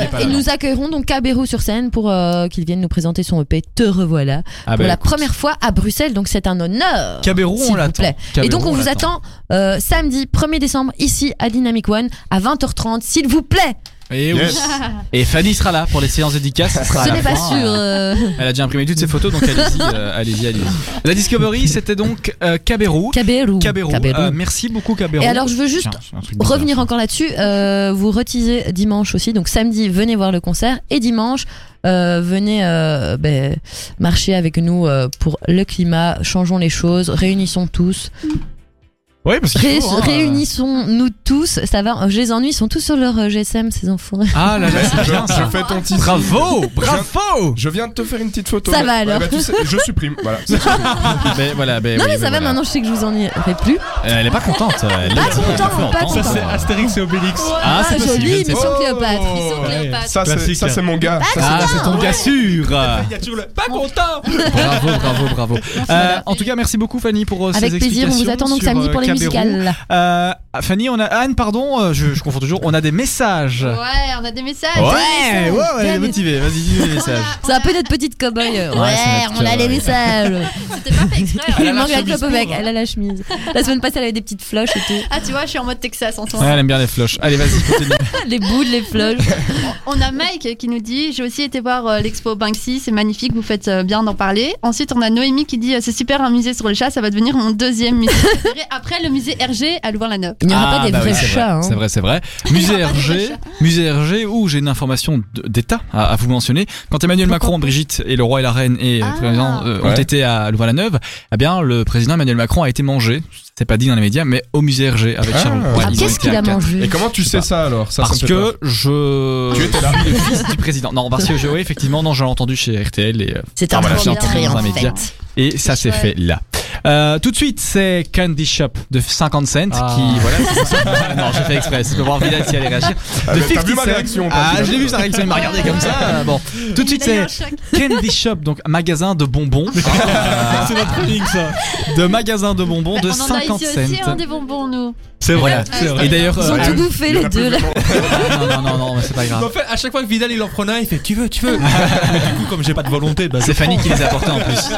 Il est pas et là. nous accueillerons donc Cabero sur scène pour euh, qu'il vienne nous présenter son EP Te revoilà Ah pour bah, la première fois à Bruxelles. Donc c'est un honneur. Cabero, S'il on vous l'attend. plaît. Cabero, Et donc on vous l'attend. attend euh, samedi 1er décembre ici à Dynamic One à 20h30 s'il vous plaît. Et, Eh oui. Yes. Et Fanny sera là pour les séances dédicaces. Ce Ce n'est pas sûr. euh, Elle a déjà imprimé toutes ses photos, donc allez-y, euh, allez-y, allez-y. La Discovery, c'était donc euh, Cabero. Cabero. Cabero. Cabero. Euh, merci beaucoup Cabero. Et alors, je veux juste Tiens, c'est un truc bizarre, Revenir ça. encore là-dessus, euh, vous retisez dimanche aussi, donc samedi venez voir le concert et dimanche euh, venez euh, ben, marcher avec nous euh, pour le climat, changeons les choses, réunissons tous, Ouais, parce qu'il Ré- faut, hein. réunissons-nous tous, ça va, je les ennuie, ils sont tous sur leur euh, GSM ces enfants. Ah là là, Mais c'est je, bien ça. je fais ton petit. Bravo, bravo. Je viens de te faire une petite photo. Ça mais- va ouais, alors. bah, tu sais, je supprime. Voilà. Ben voilà, ben non oui, mais ben ça va, voilà. maintenant je sais que je vous ennuierai plus. Euh, Elle est pas contente. Elle Pas est- elle est content, fait pas entendre. content. Astérix et Obélix. Ah, c'est possible, Oh. jolie, je ne sais mission Cléopâtre. Mission Cléopâtre. Ça, c'est, Classique, ça, hein. c'est mon Bah, gars. Ça, Ah, c'est ton ouais. gars sûr. Il y a toujours le pas content. Bravo, bravo, bravo. Euh, en tout cas, merci beaucoup Fanny pour euh, ces Avec plaisir, on vous explications attend donc sur, samedi euh, pour les Cabero. musicales. Euh, Fanny, on a Anne, pardon, euh, je, je confonds toujours. On a des messages. Ouais, on a des messages. Ah, ouais, ouais, elle est Des- motivée. Vas-y, dis les messages. C'est un peu notre petite cow-boy. euh, Ouais, Ouais, c'est notre on a les cow-boy. messages. C'était pas fait exprès. hein. Il a la manque la chemise clope au mec, elle a la chemise. La semaine passée, elle avait des petites floches et tout. Ah, tu vois, je suis en mode Texas en ce Ouais, moment. elle aime bien les floches. Allez, vas-y, continue. les boules, les floches. On a Mike qui nous dit J'ai aussi été voir euh, l'expo Banksy, c'est magnifique, vous faites euh, bien d'en parler. Ensuite, on a Noémie qui dit euh, C'est super un musée sur le chat, ça va devenir mon deuxième musée préféré après le musée RG à Louvain-la-Neuve. Il n'y aura Ah, pas des bah oui, vrais c'est vrai, chats. C'est hein. vrai, c'est vrai. Musée pas de RG, chat. musée RG où j'ai une information d- d'État à, à vous mentionner. Quand Emmanuel Macron, Brigitte et le roi et la reine et le Ah. président euh, ont Ouais. été à Louvain-la-Neuve, eh bien le président Emmanuel Macron a été mangé. C'est pas dit dans les médias, mais au musée RG avec Ah. Charles. Ah, Ah, ils ont Qu'est-ce été qu'il à a quatre. c'est- mangé Et comment tu sais ça alors ça, ça Parce me fait peur. que je Tu étais là. suis le fils du président. Non, parce que je, oui, effectivement, non, j'ai entendu chez RTL et, euh, C'est Ah, un voilà, truc j'ai entendu très dans un en média. fait. et ça s'est fait chouette. là. Euh, tout de suite, c'est Candy Shop de 50 Cent qui voilà. c'est- non, j'ai fait exprès. Je peux voir Vidal si elle allait réagir. Ah, De mais T'as 50 vu ma Cent. réaction toi, Ah, Vidal. je l'ai vu sa réaction. Il m'a regardé comme ça. euh, Bon, tout de suite, Il a eu c'est un choc. Candy Shop, donc magasin de bonbons. c'est notre chronique ça. De magasin de bonbons de on en a 50 ici aussi hein, cents. des bonbons, nous. C'est vrai. Et d'ailleurs, Ils ont euh, ah, tout ouais. bouffé, Il y en les a plus deux. là. vraiment. non, non, non, non, mais c'est pas grave. En fait, à chaque fois que Vidal il en prenait un, il fait tu veux, tu veux. Mais du coup, comme j'ai pas de volonté, bah, je Ah, C'est Fanny prends. qui les euh, a portés en plus.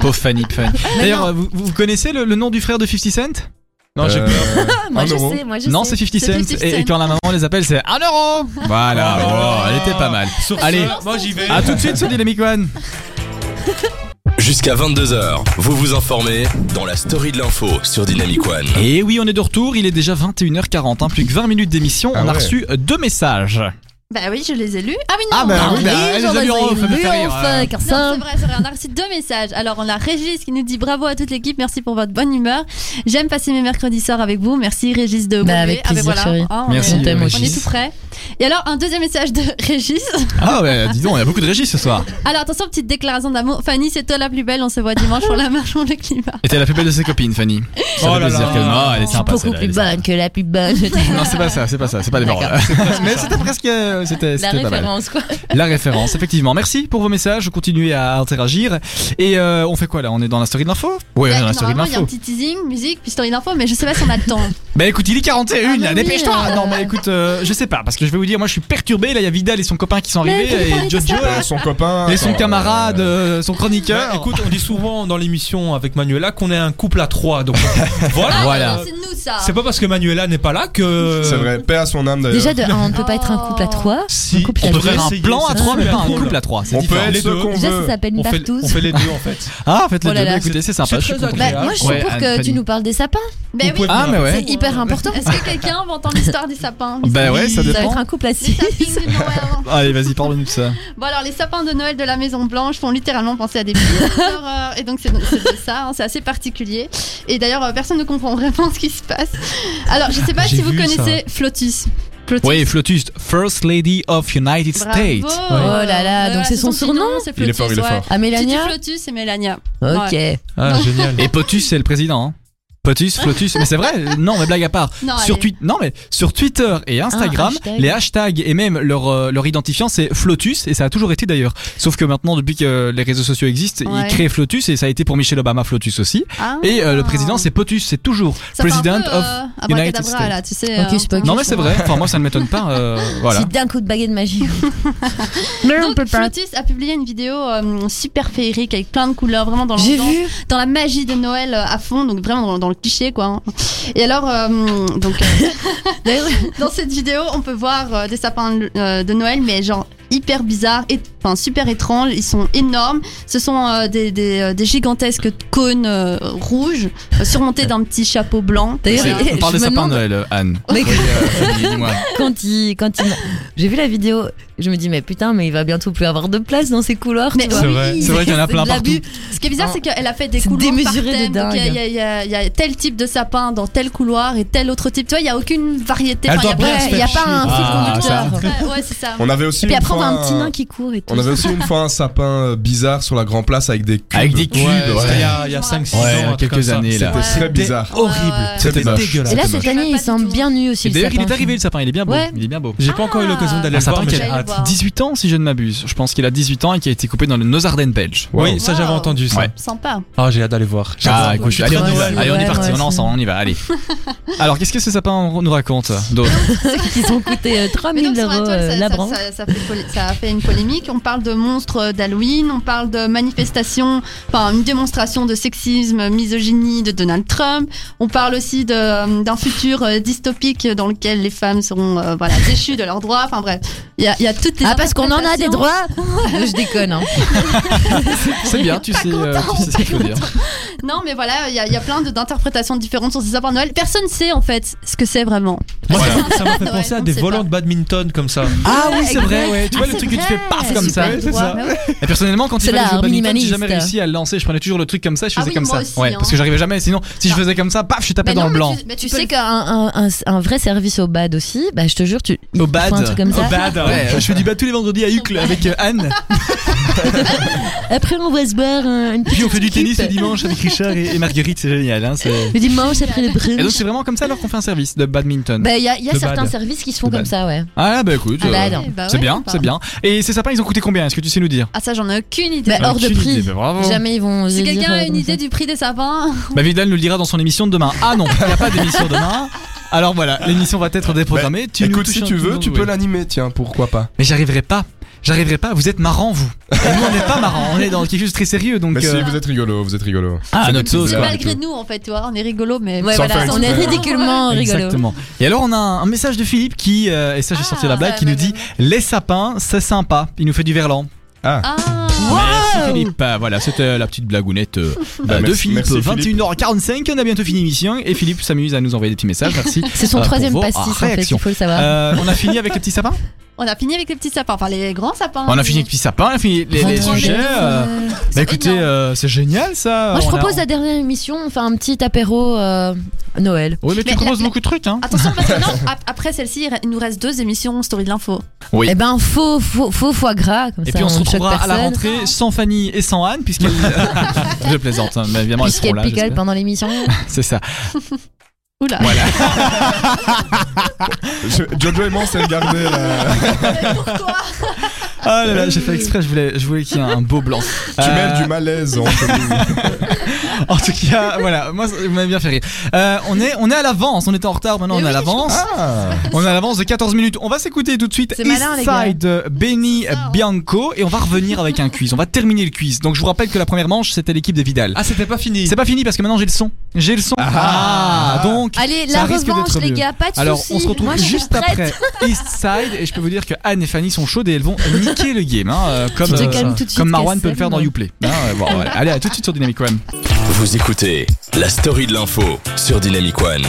Pauvre Fanny. Fanny. D'ailleurs, vous, vous connaissez le, le nom du frère de 50 Cent Non, j'ai Euh, moi un je euro. sais, moi je Non, sais. c'est 50 cents. 50 Et, et quand la maman les appelle, c'est 1 euro. Voilà, wow, elle était pas mal. Sur Allez. ce, moi j'y vais. A tout de suite sur Dynamic One. Jusqu'à 22h, vous vous informez dans la story de l'info sur Dynamic One. Et oui, on est de retour. Il est déjà 21h40, hein, plus que 20 minutes d'émission. Ah on a ouais. reçu euh, deux messages. Bah oui, je les ai lus. Ah oui, non, Ah, bah non, non, oui, bah, elle les a lus en off, elle me fait rire, ouais. car ça. c'est vrai, c'est vrai, on a reçu deux messages. Alors, on a Régis qui nous dit bravo à toute l'équipe, merci pour votre bonne humeur. J'aime passer mes mercredis soirs avec vous. Merci Régis de Bah, Beauvais. avec Ah, bah, plaisir, chérie. Ah, on Merci, est- on t'aime, On est Régis. tout prêt. Et alors, un deuxième message de Régis. Ah, ouais, dis donc, il y a beaucoup de régie ce soir. Alors, attention, petite déclaration d'amour. Fanny, c'est toi la plus belle. On se voit dimanche pour la marche pour le climat. Et t'es la plus belle de ses copines, Fanny. Ça Oh fait là plaisir là. qu'elle- Non, elle est Je suis sympa. beaucoup celle-là, elle plus est sympa. bonne que la plus bonne. je t'aime. Non, c'est pas ça, c'est pas ça, c'est pas des paroles. Mais c'était presque. euh, C'était La c'était pas mal. référence quoi. La référence, effectivement. Merci pour vos messages. Continuez à interagir. Et euh, on fait quoi là On est dans la story de l'info Ouais, Là, dans la story de normalement, il y a un l'info. petit teasing, musique, puis story d'info, mais je sais pas si on a le temps. Bah écoute, il est 41, Ah, là, mais oui, dépêche-toi euh. Non, bah écoute, euh, je sais pas, parce que je vais vous dire, moi je suis perturbé. Là, il y a Vidal et son copain qui sont Mais arrivés, pourquoi et il fait Jojo, Euh, son copain. et son attends, camarade, euh, son chroniqueur. Bah, écoute, on dit souvent dans l'émission avec Manuela qu'on est un couple à trois. Donc voilà. Euh, Voilà. Ah, C'est nous, ça. C'est pas parce que Manuela n'est pas là que. euh, C'est vrai, paix à son âme d'ailleurs. Déjà de un, on ne peut pas être un couple à trois. Si, Un couple on à on deux. peut devrait faire un essayer, plan à c'est trois, mais super pas un drôle. couple à trois. C'est on peut différent. être Les ce deux. qu'on Déjà, ça veut. s'appelle une On fait, partouze. on fait les deux en fait. Ah, faites les Oh là deux. là, bah, Écoutez, c'est c'est sympa. je suis très content. Bah, moi je suis Ouais, ah, pour que Anne-Fanny. tu nous parles des sapins. Ben Vous oui. pouvez Ah, mais ouais. C'est hyper important. Est-ce que quelqu'un va entendre l'histoire des sapins Bah ouais, ça Ça va dépend. être un couple à Les six. sapins de Noël. Allez, vas-y, parle-nous de ça. Bon alors les sapins de Noël de la Maison Blanche font littéralement penser à des films d'horreur euh, et donc c'est c'est de ça, hein, c'est assez particulier. Et d'ailleurs euh, personne ne comprend vraiment ce qui se passe. Alors je sais pas J'ai si vous vu connaissez Flotus. Flotus. Oui, Flotus, First Lady of United Bravo. States. Oh là là, donc c'est son surnom c'est Il est fort, il est ouais. fort. À Si tu dis Mélania Flotus, c'est Mélania. Ok. Ah, génial. Et Potus, c'est le président. hein. Potus, Flotus, mais c'est vrai, non, mais blague à part. Non, sur, allez. Twi- non, mais sur Twitter et Ah, Instagram, hashtag. les hashtags et même leur, euh, leur identifiant, c'est Flotus, et ça a toujours été d'ailleurs. Sauf que maintenant, depuis que les réseaux sociaux existent, Ouais. ils créent Flotus, et ça a été pour Michelle Obama Flotus aussi. Ah. Et euh, le président, c'est Potus, c'est toujours Ça fait un President peu, of. euh, United abracadabra, States. là, tu sais. Ok, euh, c'est pas on- grave. Non, mais c'est vrai, enfin, moi ça ne m'étonne pas. euh, voilà. C'est d'un coup de baguette magique. Donc, Flotus a publié une vidéo euh, super féerique avec plein de couleurs, vraiment dans J'ai l'ambiance. vu. dans la magie de Noël euh, à fond, donc vraiment dans, dans le cliché quoi. hein. Et alors, euh, donc, euh, d'ailleurs, dans cette vidéo, on peut voir euh, des sapins euh, de Noël, mais genre hyper bizarres, et, enfin super étranges. Ils sont énormes. Ce sont euh, des, des, euh, des gigantesques cônes euh, rouges euh, surmontés d'un petit chapeau blanc. D'ailleurs, C'est- Et On parle je des me sapins demande- de Noël, euh, Anne. Mais Oui, euh, dis- dis-moi. quand il, quand il, j'ai vu la vidéo, je me dis mais putain, mais il va bientôt plus avoir de place dans ces couloirs. Mais tu vois. oui, vrai. C'est vrai qu'il y en a de plein l'abus. Ce qui est bizarre, Non. c'est qu'elle a fait des Hein. C'est couloirs par démesuré de thème. donc Il y, a- il dingue. y a- il y a- il y a tel type de sapin dans tel couloir et tel autre type. Tu vois, il n'y a aucune variété. Elle Enfin, doit il y a bien pas- se il n'y a, faire pas un chier. fil Ah, conducteur. Ouais, ouais, c'est ça. On avait aussi Et puis une après on fois voit un petit nain qui court et tout. On avait aussi une fois un sapin euh, bizarre sur la grand place avec des cubes. Avec des cubes, Ouais, ouais. c'était il y a, il y a 5-6 Ouais, il y a ans. un truc quelques comme ça. années, là. C'était très Ouais. bizarre. Horrible. Ouais, ouais. C'était C'était moche. dégueulasse. Et là c'est cette moche. année, il Pas du semble tout. bien nu aussi. Ah, Et le d'ailleurs, il sapin. est arrivé le sapin, il est bien beau. Ouais. Il est bien beau. J'ai pas encore eu l'occasion d'aller Un le voir, sapin mais qui j'ai a hâte. 18 ans, si je ne m'abuse. Je pense qu'il a 18 ans et qui a été coupé dans le Nozarden belge. Wow. Oui, ça j'avais Wow. entendu ça. Ouais. Sympa. Ah, j'ai hâte d'aller voir. Ah, écoute, je allez, suis on y va. très Noël. Allez, on est Ouais, parti, ouais, on est ensemble, on y va, allez. Alors, qu'est-ce que ces sapins nous racontent d'autres Qui sont coûtés euh, 3000 donc, sur euros la toile, euh, ça, la ça- branche. ça- ça fait poli- ça a fait une polémique. On parle de monstres d'Halloween, on parle de manifestations, enfin une démonstration de sexisme, misogynie de Donald Trump. On parle aussi de, euh, d'un futur euh, dystopique dans lequel les femmes seront euh, voilà, déchues de leurs droits. Enfin bref, il y a, il y a toutes les Ah parce qu'on en a des interprétations. droits. Je déconne. hein. C'est bien, tu sais, euh, tu sais ce qu'il faut dire. Non, mais voilà, il y a, il y a plein de- d'interprétations différentes sur ces sapins de Noël. Personne sait en fait ce que c'est vraiment. Moi, Voilà. ça- ça m'a fait Ouais, penser on à des sait volants pas. de badminton comme ça. Ah oui, c'est vrai, ouais. Tu vois Ah, le truc que tu c'est fais vrai. paf comme ça. Super c'est droit. ça. Et personnellement, quand il C'est fallait là, jouer au un badminton, j'ai jamais minimaliste. réussi à le lancer. Je prenais toujours le truc comme ça, je Ah faisais oui, comme moi ça. aussi, ouais, hein. parce que j'arrivais jamais. Sinon, si je faisais comme ça, paf, je tapais Mais dans non, le mais blanc. tu- mais Tu peux sais le- qu'un un, un vrai service au bad aussi, bah je te jure, tu il Au faut bad. un truc comme ça. Au bad. Ouais, je fais du bad tous les vendredis à Hucle avec euh, Anne. Après on va se boire un- une Puis on fait du petite tennis le équipe. dimanche avec Richard et, et Marguerite, c'est génial. Hein, c'est- Le dimanche après le et donc brunch. c'est vraiment comme ça alors qu'on fait un service de badminton. Bah il y a, il y a Le certains bad. services qui se font Le comme bad. ça, ouais. Ah bah écoute, Ah bah, euh, non. Eh, bah c'est ouais, bien, bah. c'est bien. Et ces sapins, ils ont coûté combien Est-ce que tu sais nous dire Ah ça, j'en ai aucune idée. Bah, hors de Aucune prix. idée, bah, bravo. Jamais ils vont. Si dire, quelqu'un euh, a une comme ça. idée du prix des sapins, Bah Vidal nous le dira dans son émission de demain. Ah non, il n'y a pas d'émission demain. Alors voilà, l'émission va être déprogrammée. Tu nous Écoute, touches si un tu petit veux, peu, tu oui. peux l'animer, tiens, pourquoi pas. Mais j'arriverai pas. j'arriverai pas, vous êtes marrant vous. Et nous on n'est pas marrant, on est dans quelque chose de très sérieux donc. Mais Bah, si, euh, vous êtes rigolo, vous êtes rigolo. à notre sauce C'est quoi. malgré nous en fait, tu vois, on est rigolo, mais Ouais, Sans voilà, faire on est exprès. ridiculement Oh, rigolo. Exactement. Et alors on a un un message de Philippe qui, euh, et ça j'ai sorti Ah, la blague, qui ouais, nous ouais, dit les sapins c'est sympa. Il nous fait du verlan. Ah Merci Philippe. Euh, Voilà, c'était la petite blagounette euh, Bah, euh, de merci- Philippe. merci, Philippe. 21h45, on a bientôt fini l'émission et Philippe s'amuse à nous envoyer des petits messages. Merci. C'est son euh, pour troisième vos pastis en fait, réactions. il faut le savoir. Euh, on a fini avec les petits sapins On a fini avec les petits sapins, enfin les grands sapins. On a fini avec les petits sapins, on a fini les, les 23 sujets. Ah, minutes, euh, euh, bah c'est écoutez, énorme. euh, c'est génial ça. moi je On a- propose la dernière émission, on fait un petit apéro euh, Noël. Oui, mais tu Mais proposes la- beaucoup de trucs, hein. Attention, parce que non, ap- après celle-ci, il re- il nous reste deux émissions Story de l'info. Oui. Eh ben faux, faux, faux foie gras comme Et ça. puis on se ne choque retrouvera à la personne, rentrée sans Fanny et sans Anne, puisqu'elle. je plaisante, hein, mais évidemment, elles seront Puisqu'elle là. picole j'espère. pendant l'émission. C'est ça. Oula. Je- Jojo et moi, on s'est regardé là. Pourquoi Ah là là, j'ai fait exprès, je voulais, je voulais qu'il y ait un beau blanc. Euh, Tu mêles du malaise entre nous. En tout cas, voilà, moi, ça- vous m'avez bien fait rire. Euh, on, est, on est à l'avance, on était en retard, maintenant Mais on est à oui, je l'avance. Ah On est à l'avance de 14 minutes. On va s'écouter tout de suite C'est malin, les gars. Eastside euh, Benny Bianco et on va revenir avec un quiz. On va terminer le quiz. Donc je vous rappelle que la première manche, c'était l'équipe des Vidal. Ah, c'était pas fini. C'est pas fini parce que maintenant j'ai le son. J'ai le son. Ah, donc. Allez, Ça la risque revanche, d'être les mieux. gars, pas de Alors, soucis. on se retrouve Moi, je suis juste prête. après Eastside et je peux vous dire que Anne et Fanny sont chaudes et elles vont niquer le game, hein, euh, comme, te calmes tout de suite, comme Marwan Kassem. peut le faire dans YouPlay. Hein, euh, bon, voilà. Allez, à tout de suite sur Dynamic One. Vous écoutez la story de l'info sur Dynamic One.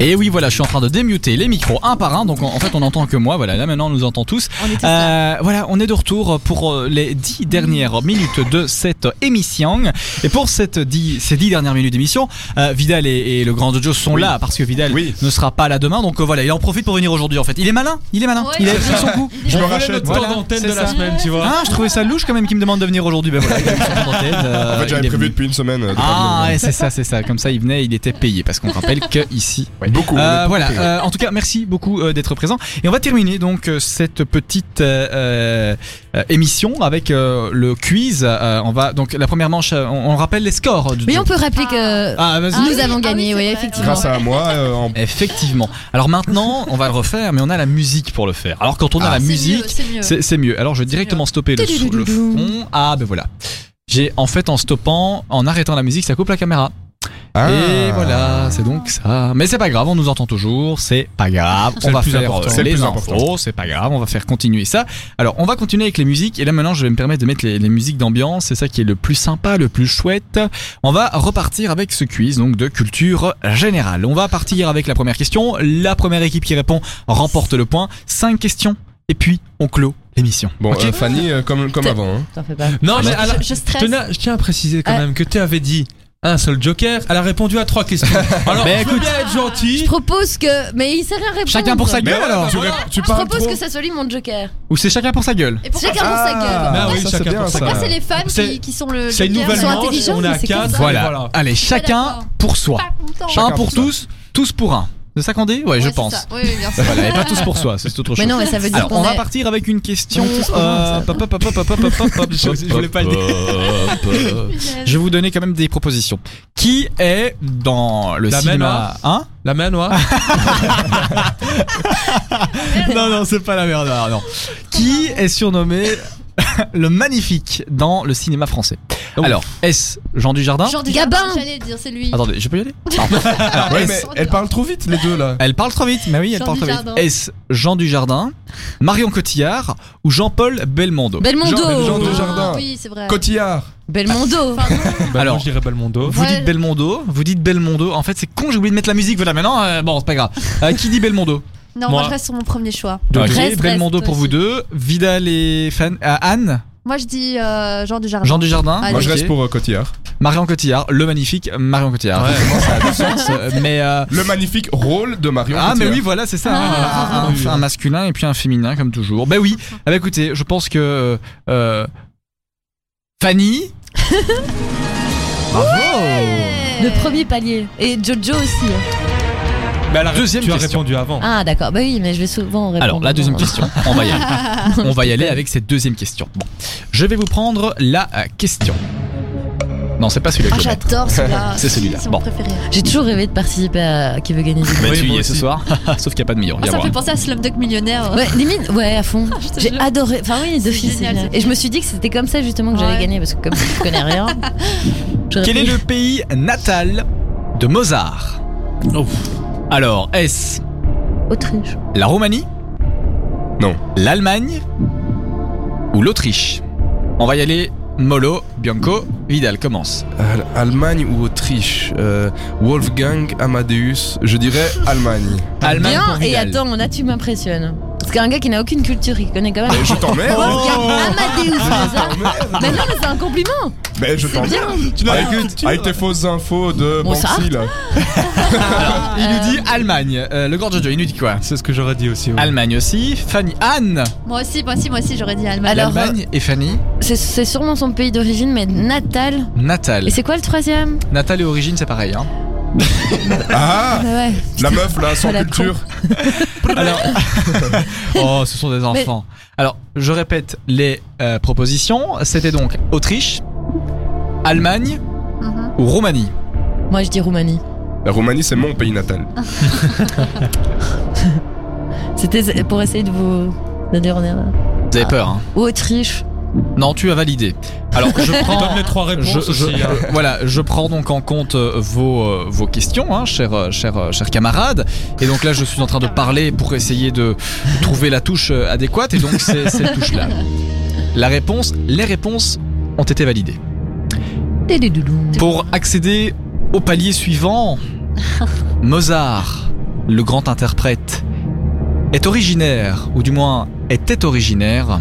Et oui, voilà, je suis en train de démuter les micros un par un, donc en, en fait on n'entend que moi. Voilà, là maintenant on nous entend tous. On est tous là. Euh, voilà, on est de retour pour euh, les dix dernières minutes de cette émission. Et pour cette dix- ces dix dernières minutes d'émission, euh, Vidal et, et le grand Jojo sont là parce que Vidal Oui. ne sera pas là demain. Donc euh, voilà, il en profite pour venir aujourd'hui en fait. Il est malin, il est malin. Ouais, il a c'est pris son coup. Je me Voilà rachète. notre Voilà, temps d'antenne c'est de la ça. semaine, tu vois. Ah, je trouvais ça louche quand même qu'il me demande de venir aujourd'hui. Ben voilà, il a pris son temps d'antenne, euh, En fait, il j'avais est prévu venu. depuis une semaine. euh, de pas Ah venir. ouais, c'est ça, c'est ça. Comme ça, il venait, il était payé parce qu'on rappelle que ici. ouais. Beaucoup. on est Euh, beaucoup voilà. payés. euh, en tout cas, merci beaucoup euh, d'être présent. Et on va terminer donc euh, cette petite euh, euh, émission avec euh, le quiz. Euh, on va donc la première manche. euh, on, on rappelle les scores. du- Mais on peut rappeler que Ah vas-y. Ah nous oui, avons ah gagné, oui, oui, c'est vrai. effectivement. Grâce à moi, euh, en- Effectivement. Alors maintenant, on va le refaire, mais on a la musique pour le faire. Alors quand on Ah, a la C'est musique, mieux, c'est mieux. C'est c'est mieux. Alors je vais C'est directement stopper le, son- le Tududududu. fond. Ah ben voilà. J'ai en fait en stoppant, en arrêtant la musique, ça coupe la caméra. Ah. Et voilà, c'est donc ça. Mais c'est pas grave, on nous entend toujours, c'est pas grave. C'est On le va plus faire important. euh, C'est le les plus infos, important. c'est pas grave, on va faire continuer ça. Alors on va continuer avec les musiques et là maintenant je vais me permettre de mettre les, les musiques d'ambiance, c'est ça qui est le plus sympa, le plus chouette. On va repartir avec ce quiz donc de culture générale. On va partir avec la première question. La première équipe qui répond remporte le point. Cinq questions et puis on clôt l'émission. Bon, Ok euh, Fanny, euh, comme, comme T'es- avant. hein. T'en fais pas. Non, mais Je- à la- je, je je stresse. tenais à- je tiens à préciser quand Ah. même que tu avais dit un seul joker. Elle a répondu à trois questions. Alors, Ben, je veux bien être Je gentil. propose que. Mais il sait rien répondre. Chacun pour sa Mais gueule ouais, alors tu, rép- tu Je parles propose trop. que ça soit lui mon joker. Ou c'est chacun pour sa gueule Et pourquoi- Chacun pour sa gueule. Ah, Bah oui, ça, c'est chacun bien, pour sa ça. Moi, c'est les fans C'est- qui, qui sont le. C'est une joker, nouvelle sont manche, intelligents, on est à mais c'est comme quatre. ça. Voilà. Voilà. Allez, chacun d'accord. pour soi. Pas content. Chacun un pour pour soi. tous, tous pour un. C'est ça qu'on dit ouais, je Ouais, c'est pense. ça. Oui, oui, bien sûr. Voilà, et pas tous pour soi, c'est autre chose. Mais non, mais ça veut dire Alors, on qu'on va est. partir avec une question. On est tous pour un, euh, ça. pop, pop, pop, pop, pop, pop, pop, pop, Je- je voulais pas le dire. Je vais vous donner quand même des propositions. Qui est dans le La cinéma hein La main noire. Hein Non, non, c'est pas la merde. Non, non. Qui est surnommé le magnifique dans le cinéma français Oh. Alors, est-ce Jean Dujardin Genre du Gabin. Gabin. J'allais le dire, c'est lui. Attendez, je peux y aller Ah, Ouais, ils mais sont elle durs. parle trop vite, les deux là. Elle parle trop vite, mais oui, elle Jean parle trop Dujardin. vite. Est-ce Jean Dujardin, Marion Cotillard ou Jean-Paul Belmondo Ben, Jean- Jean Belmondo. de- Dujardin. Ah, Oui, c'est vrai. Cotillard. Belmondo. Bah, Alors. moi, je dirais Belmondo. Vous Ouais. dites Belmondo, vous dites Belmondo. En fait, c'est con, j'ai oublié de mettre la musique. Voilà, maintenant, euh, bon, c'est pas grave. Euh, qui dit Belmondo Non, Moi. moi, je reste sur mon premier choix. Donc, Reste, reste, Belmondo toi pour vous aussi. deux. Vidal et Fan, euh, Anne, Moi, je dis euh, Jean Dujardin. Jean Dujardin. Allez. Moi, je ok. reste pour euh, Cotillard. Marion Cotillard, le magnifique Marion Cotillard. Ouais, Ah, ça a du sens, euh, mais. euh, Le magnifique rôle de Marion ah mais Cotillard. oui voilà c'est ça Ah. hein, un, un masculin et puis un féminin comme toujours bah oui ah bah écoutez je pense que euh, Fanny bravo Le premier palier. Et Jojo aussi. hein. Mais elle a- Ben, Deuxième tu as question. répondu avant. Ah, d'accord. Bah oui, mais je vais souvent répondre. Alors, la deuxième question, on va y aller. On va y aller avec cette deuxième question. Bon, je vais vous prendre la euh, question. Non, c'est pas celui-là Oh, que je vais mettre. j'adore celui-là. C'est celui-là. mon Bon. préféré. J'ai toujours rêvé de participer à Qui veut gagner du On va Oui, essuyer moi ce aussi. soir. Sauf qu'il n'y a pas de million. Oh, ça me fait penser à Slumdog Millionnaire. Ouais, limite, ouais, à fond. Je te J'ai jure. adoré. Enfin, oui, les deux C'est filles, c'est génial, bien. c'est Et je me suis dit que c'était comme ça justement que j'allais Ouais. gagner parce que comme je connais rien. j'aurais Quel est pris- le pays natal de Mozart Oh. Alors, est-ce Autriche. la Roumanie Non. L'Allemagne Ou l'Autriche On va y aller. Molo, Bianco, Vidal commence. Al- Allemagne ou Autriche Euh, Wolfgang Amadeus, je dirais Allemagne. Allemagne pour Bien, et Vidal. attends, là tu m'impressionnes. Parce qu'un gars qui n'a aucune culture, il connaît Ah, quand même. Mais je t'emmerde Wolfgang Amadeus Mozart. Mais non, mais c'est un compliment. Mais je Ah, C'est t'emmerde bien. Tu n'as rien avec, avec tes fausses infos de Mozart Banksy là. Il nous dit Allemagne. Euh, le grand Jojo, il nous dit quoi C'est ce que j'aurais dit aussi. ouais. Allemagne aussi. Fanny, Anne Moi aussi, moi aussi, moi aussi, j'aurais dit Allemagne. Alors, L'Allemagne et Fanny, C'est- C'est sûrement son pays d'origine, mais natal. Natal. Et c'est quoi le troisième Natal et origine, c'est pareil. Hein. Ah Bah Ouais. La meuf là, sans Oh, la culture. Alors, oh, ce sont des enfants. Alors, je répète les euh, propositions. C'était donc Autriche, Allemagne Mhm. ou Roumanie. Moi je dis Roumanie. La Roumanie, c'est mon pays natal. C'était pour essayer de vous donner en erreur. Vous Ah. avez peur hein Ou Autriche. Non, tu as validé. Alors, je prends. Donne les trois réponses Je, je- aussi, hein. euh, voilà, je prends donc en compte euh, vos, euh, vos questions, hein, chers, euh, chers, euh, chers camarades. Et donc là, je suis en train de parler pour essayer de trouver la touche euh, adéquate. Et donc, c'est cette touche-là. La réponse, les réponses ont été validées. Télédoulou. Pour accéder au palier suivant, Mozart, le grand interprète, est originaire, ou du moins était originaire,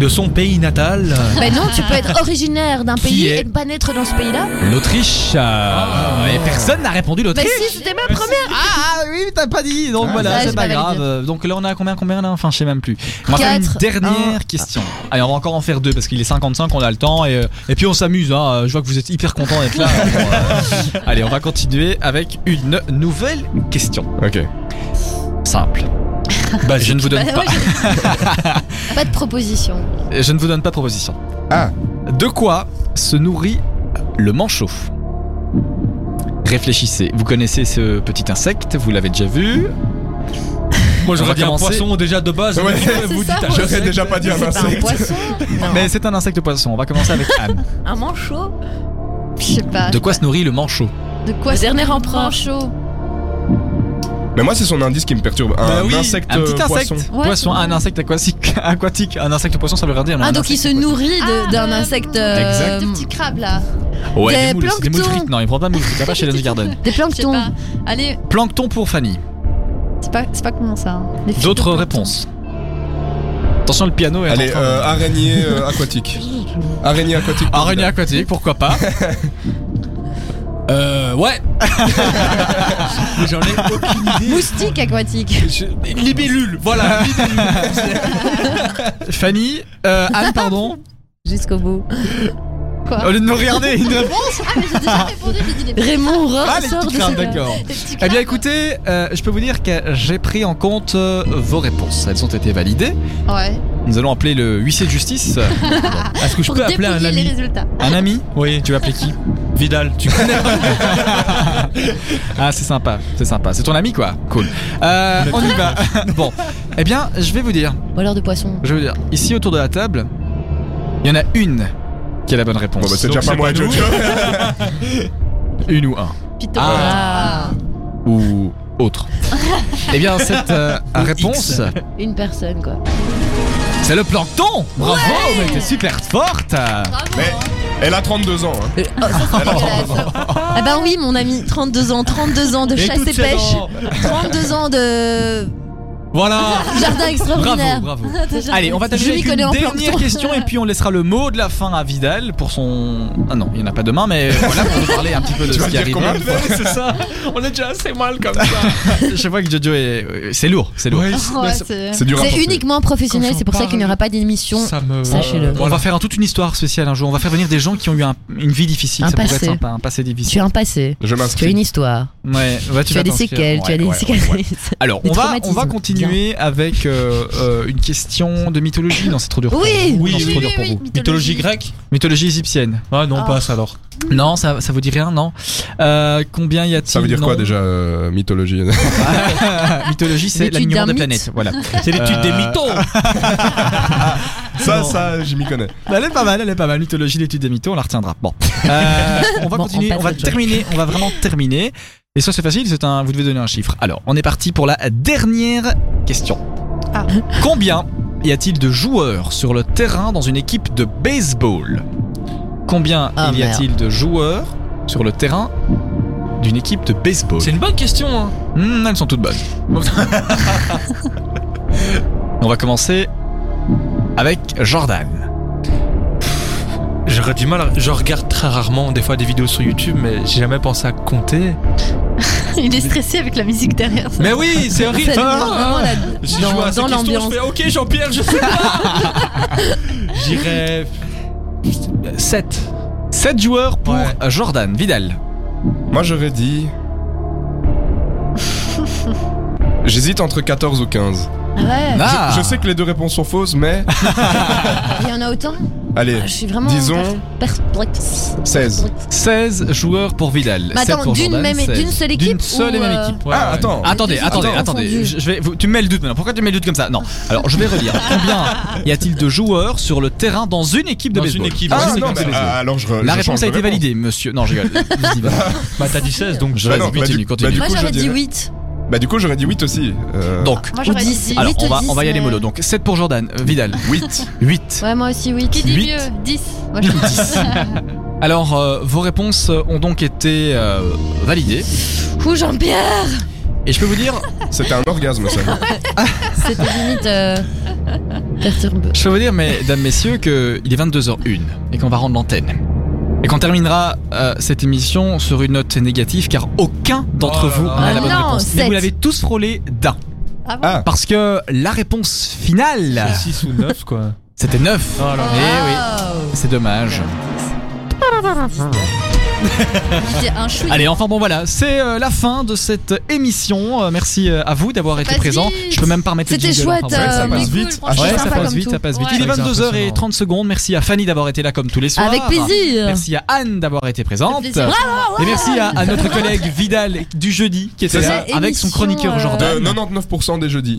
De son pays natal. Mais non, tu peux être originaire d'un Qui pays est et ne pas naître dans ce pays-là. l'Autriche. Euh, Et personne n'a répondu Bah l'Autriche. si, c'était ma première. Ah ah, oui, t'as pas dit. Donc Ah, voilà, ça, c'est j'ai pas pas validé. grave. Euh, Donc là, on a combien, combien là Enfin, je sais même plus. On va Quatre, faire une dernière question. Allez, on va encore en faire deux parce qu'il est 55, on a le temps et, euh, et puis on s'amuse. hein. Je vois que vous êtes hyper contents d'être là. Euh, Allez, on va continuer avec une nouvelle question. Ok. Simple. Bah, je ne vous donne euh, Bah, pas. ouais, Pas de proposition. Je ne vous donne pas de proposition. Ah. De quoi se nourrit le manchot Réfléchissez. Vous connaissez ce petit insecte Vous l'avez déjà vu Moi On va j'aurais dit un commencer. poisson déjà de base. Ouais. mais vous C'est dites ça, un J'aurais insecte. déjà pas dit un C'est pas un insecte. poisson. Non. Mais c'est un insecte poisson. On va commencer avec Anne. Un manchot. Je sais pas. De quoi se nourrit le manchot De quoi Le se dernier nourrit empereur. Manchot. Mais moi, c'est son indice qui me perturbe. Un Bah oui, insecte un petit euh, insecte. poisson. Ouais, Poisson, c'est un insecte aquatique, aquatique, un insecte poisson, ça veut rien dire. Ah, donc il se nourrit de- Ah, d'un euh, insecte. Exact. De petits crabes là. nourrit ouais, des des moules, c'est des moules planctons. frites. Non, il prend pas de moules frites, il va pas chez Dan's Garden. Des Je sais pas. planctons. Allez, Plancton pour Fanny. c'est pas, c'est pas comment ça. hein. Les filles D'autres de- réponses. Attention, le piano est Allez, en train de- euh, araignée euh, aquatique. Araignée aquatique. Araignée aquatique, pourquoi pas Euh, ouais. Mais J'en ai aucune idée. Moustique aquatique. Je- Les bellules, voilà. les bellules. Fanny, euh, Anne, pardon. Jusqu'au bout. Quoi Au lieu de me regarder, une réponse. Ah, mais j'ai déjà répondu, j'ai dit les petits Raymond Rohr Ah, les sort petits de crabes, ce- d'accord. les petits Eh crabes. bien, écoutez, euh, je peux vous dire que j'ai pris en compte euh, vos réponses. Elles ont été validées. Ouais. Nous allons appeler le huissier de justice. Est-ce que je Pour peux appeler un dépouiller les ami résultats. Un ami Oui, Tu vas appeler qui Vidal, tu connais. Ah, c'est sympa, c'est sympa. C'est ton ami, quoi. Cool. Euh, on y va. bon, eh bien, je vais vous dire. Ou alors de poisson. Je vais vous dire. Ici, autour de la table, il y en a une qui a la bonne réponse. Bon, bah, c'est Donc, déjà c'est pas moi, pas nous. Jojo. une ou un Python. Ah, ou autre. eh bien, cette euh, réponse, une personne quoi. c'est le plancton. Bravo, mais t'es super forte. Bravo. Mais elle a 32 ans. hein. Ah bah oui, mon ami, 32 ans, 32 ans de Et chasse toutes et ces pêche, dents. 32 ans de Voilà. jardin Bravo, extraordinaire. bravo. Déjà, Allez, on va je terminer m'y avec une connais en dernière plancton. question et puis on laissera le mot de la fin à Vidal pour son. Ah non, il n'y en a pas demain, mais voilà pour nous parler un petit peu de Tu ce vas qui dire arrive. combien de fois C'est ça. On est déjà assez mal comme ça. Je vois que Jojo est. C'est lourd, c'est lourd. Ouais, c'est- C'est dur à C'est porter. uniquement professionnel, Quand c'est pour ça j'en qu'il n'y aura parle, pas d'émission. Ça me. Sachez-le. On va faire un- toute une histoire spéciale un jour. On va faire venir des gens qui ont eu un- une vie difficile. Un ça pourrait passé. être sympa, un passé Tu difficile. as un passé, Je tu as m'inscris. une histoire, Ouais, ouais, tu, as des t'inscrire. séquelles, tu Ouais, as des ouais, ouais, ouais. cicatrices. Alors, Des on va, on traumatismes. va continuer continuer avec euh, euh, une question de mythologie. Non, c'est trop dur. Oui. Non, Oui, c'est oui, trop oui, dur pour oui. vous. Mythologie grecque Mythologie égyptienne. Ah non, Ah. passe alors. Non, ça, ça vous dit rien, non Euh, Combien y a-t-il Ça veut dire quoi non déjà euh, mythologie Mythologie, c'est L'étude l'alignement d'un des mythe. planètes. Voilà. C'est l'étude Euh, des mythos. Ça, ça, je m'y connais. Elle est pas mal, elle est pas mal. Mythologie, l'étude des mythos, on la retiendra. Bon. Euh, on va Bon, continuer, on on passe va au jeu. terminer, on va vraiment terminer. Et ça, c'est facile, c'est un, vous devez donner un chiffre. Alors, on est parti pour la dernière question. Ah. Combien y a-t-il de joueurs sur le terrain dans une équipe de baseball Combien Ah, il y a-t-il de joueurs sur le terrain d'une équipe de baseball C'est une bonne question. Hein. Hmm, Elles sont toutes bonnes. Bon. on va commencer avec Jordan. J'aurais du mal. à- Je regarde très rarement des fois des vidéos sur YouTube, mais j'ai jamais pensé à compter. Il est stressé avec la musique derrière. Mais oui, c'est horrible. Ça Ah, dépend ah, vraiment ah. la- Je dans- joue à ces questions, dans l'ambiance. je fais, Ok, Jean-Pierre, je sais pas. J'irais. 7. 7 joueurs pour Ouais. Jordan Vidal. Moi, j'aurais dit. J'hésite entre 14 ou 15. Ouais. Ah. Je sais que les deux réponses sont fausses, mais. Il y en a autant. Ah, Allez, Ah, Je suis vraiment. Disons- perplexe. 16. 16 joueurs pour Vidal. 7 Mais Bah, attends, pour d'une Jordan, même- 16. d'une seule équipe D'une seule ou, et même euh, équipe. Ah, attends. Attendez, Ils attendez, sont attendez. confondus. Je vais, vous- tu mets le doute maintenant. Pourquoi tu mets le doute comme ça Non. Alors, je vais relire. Combien y a-t-il de joueurs sur le terrain dans une équipe de Dans une baseball équipe, Dans dans Ah, une non, équipe de mais, baseball. ah, alors je. La je change réponse de a été validée, monsieur. Non, je rigole. Vas-y, vas-y. Bah t'as dit 16 donc. Bah Vas-y, non, bah continue, du- bah continue. du Moi coup, je j'aurais dit dirais- 8. Bah, du coup, j'aurais dit 8 aussi. Euh, Donc, Moi Ou j'aurais dit 10. 10. alors, huit on ou va, dix, euh, on va y aller mais- mollo. Donc, 7 pour Jordan. Euh, Vidal. 8. 8. Ouais, moi aussi 8. Qui dit Huit. mieux 10. Moi je dis 10. Alors, euh, vos réponses ont donc été euh, validées. Ouh, Jean-Pierre Et je peux vous dire, C'était un orgasme, ça. C'était limite euh, perturbant. Je peux vous dire, mesdames, messieurs, qu'il est 22h01 et qu'on va rendre l'antenne. Et qu'on terminera euh, cette émission sur une note négative car aucun d'entre Oh là vous là. n'a la Ah bonne non, réponse. Mais sept. vous l'avez tous frôlé d'un. Ah bon Ah. Parce que la réponse finale, 6 ou 9 quoi. c'était 9. Oh là là. Eh oui, c'est dommage. J'ai un chou. Allez, enfin bon voilà, c'est euh, la fin de cette émission. Euh, merci euh, à vous d'avoir été passe présent. vite. Je peux même pas remettre le C'était jingle, chouette, enfin, ouais, ça euh, passe mais vite. cool, Ah, franchement, ouais, ça sympa passe comme vite, tout. ça passe vite. Ouais. Il est Ouais, c'est 22h30 secondes. Merci à Fanny d'avoir été là comme tous les soirs. Avec plaisir Merci à Anne d'avoir été présente. Avec plaisir. Et merci à, à notre collègue Vidal du jeudi qui était C'est là ça. avec son Émission, chroniqueur euh, Jordan. De 99% des jeudis.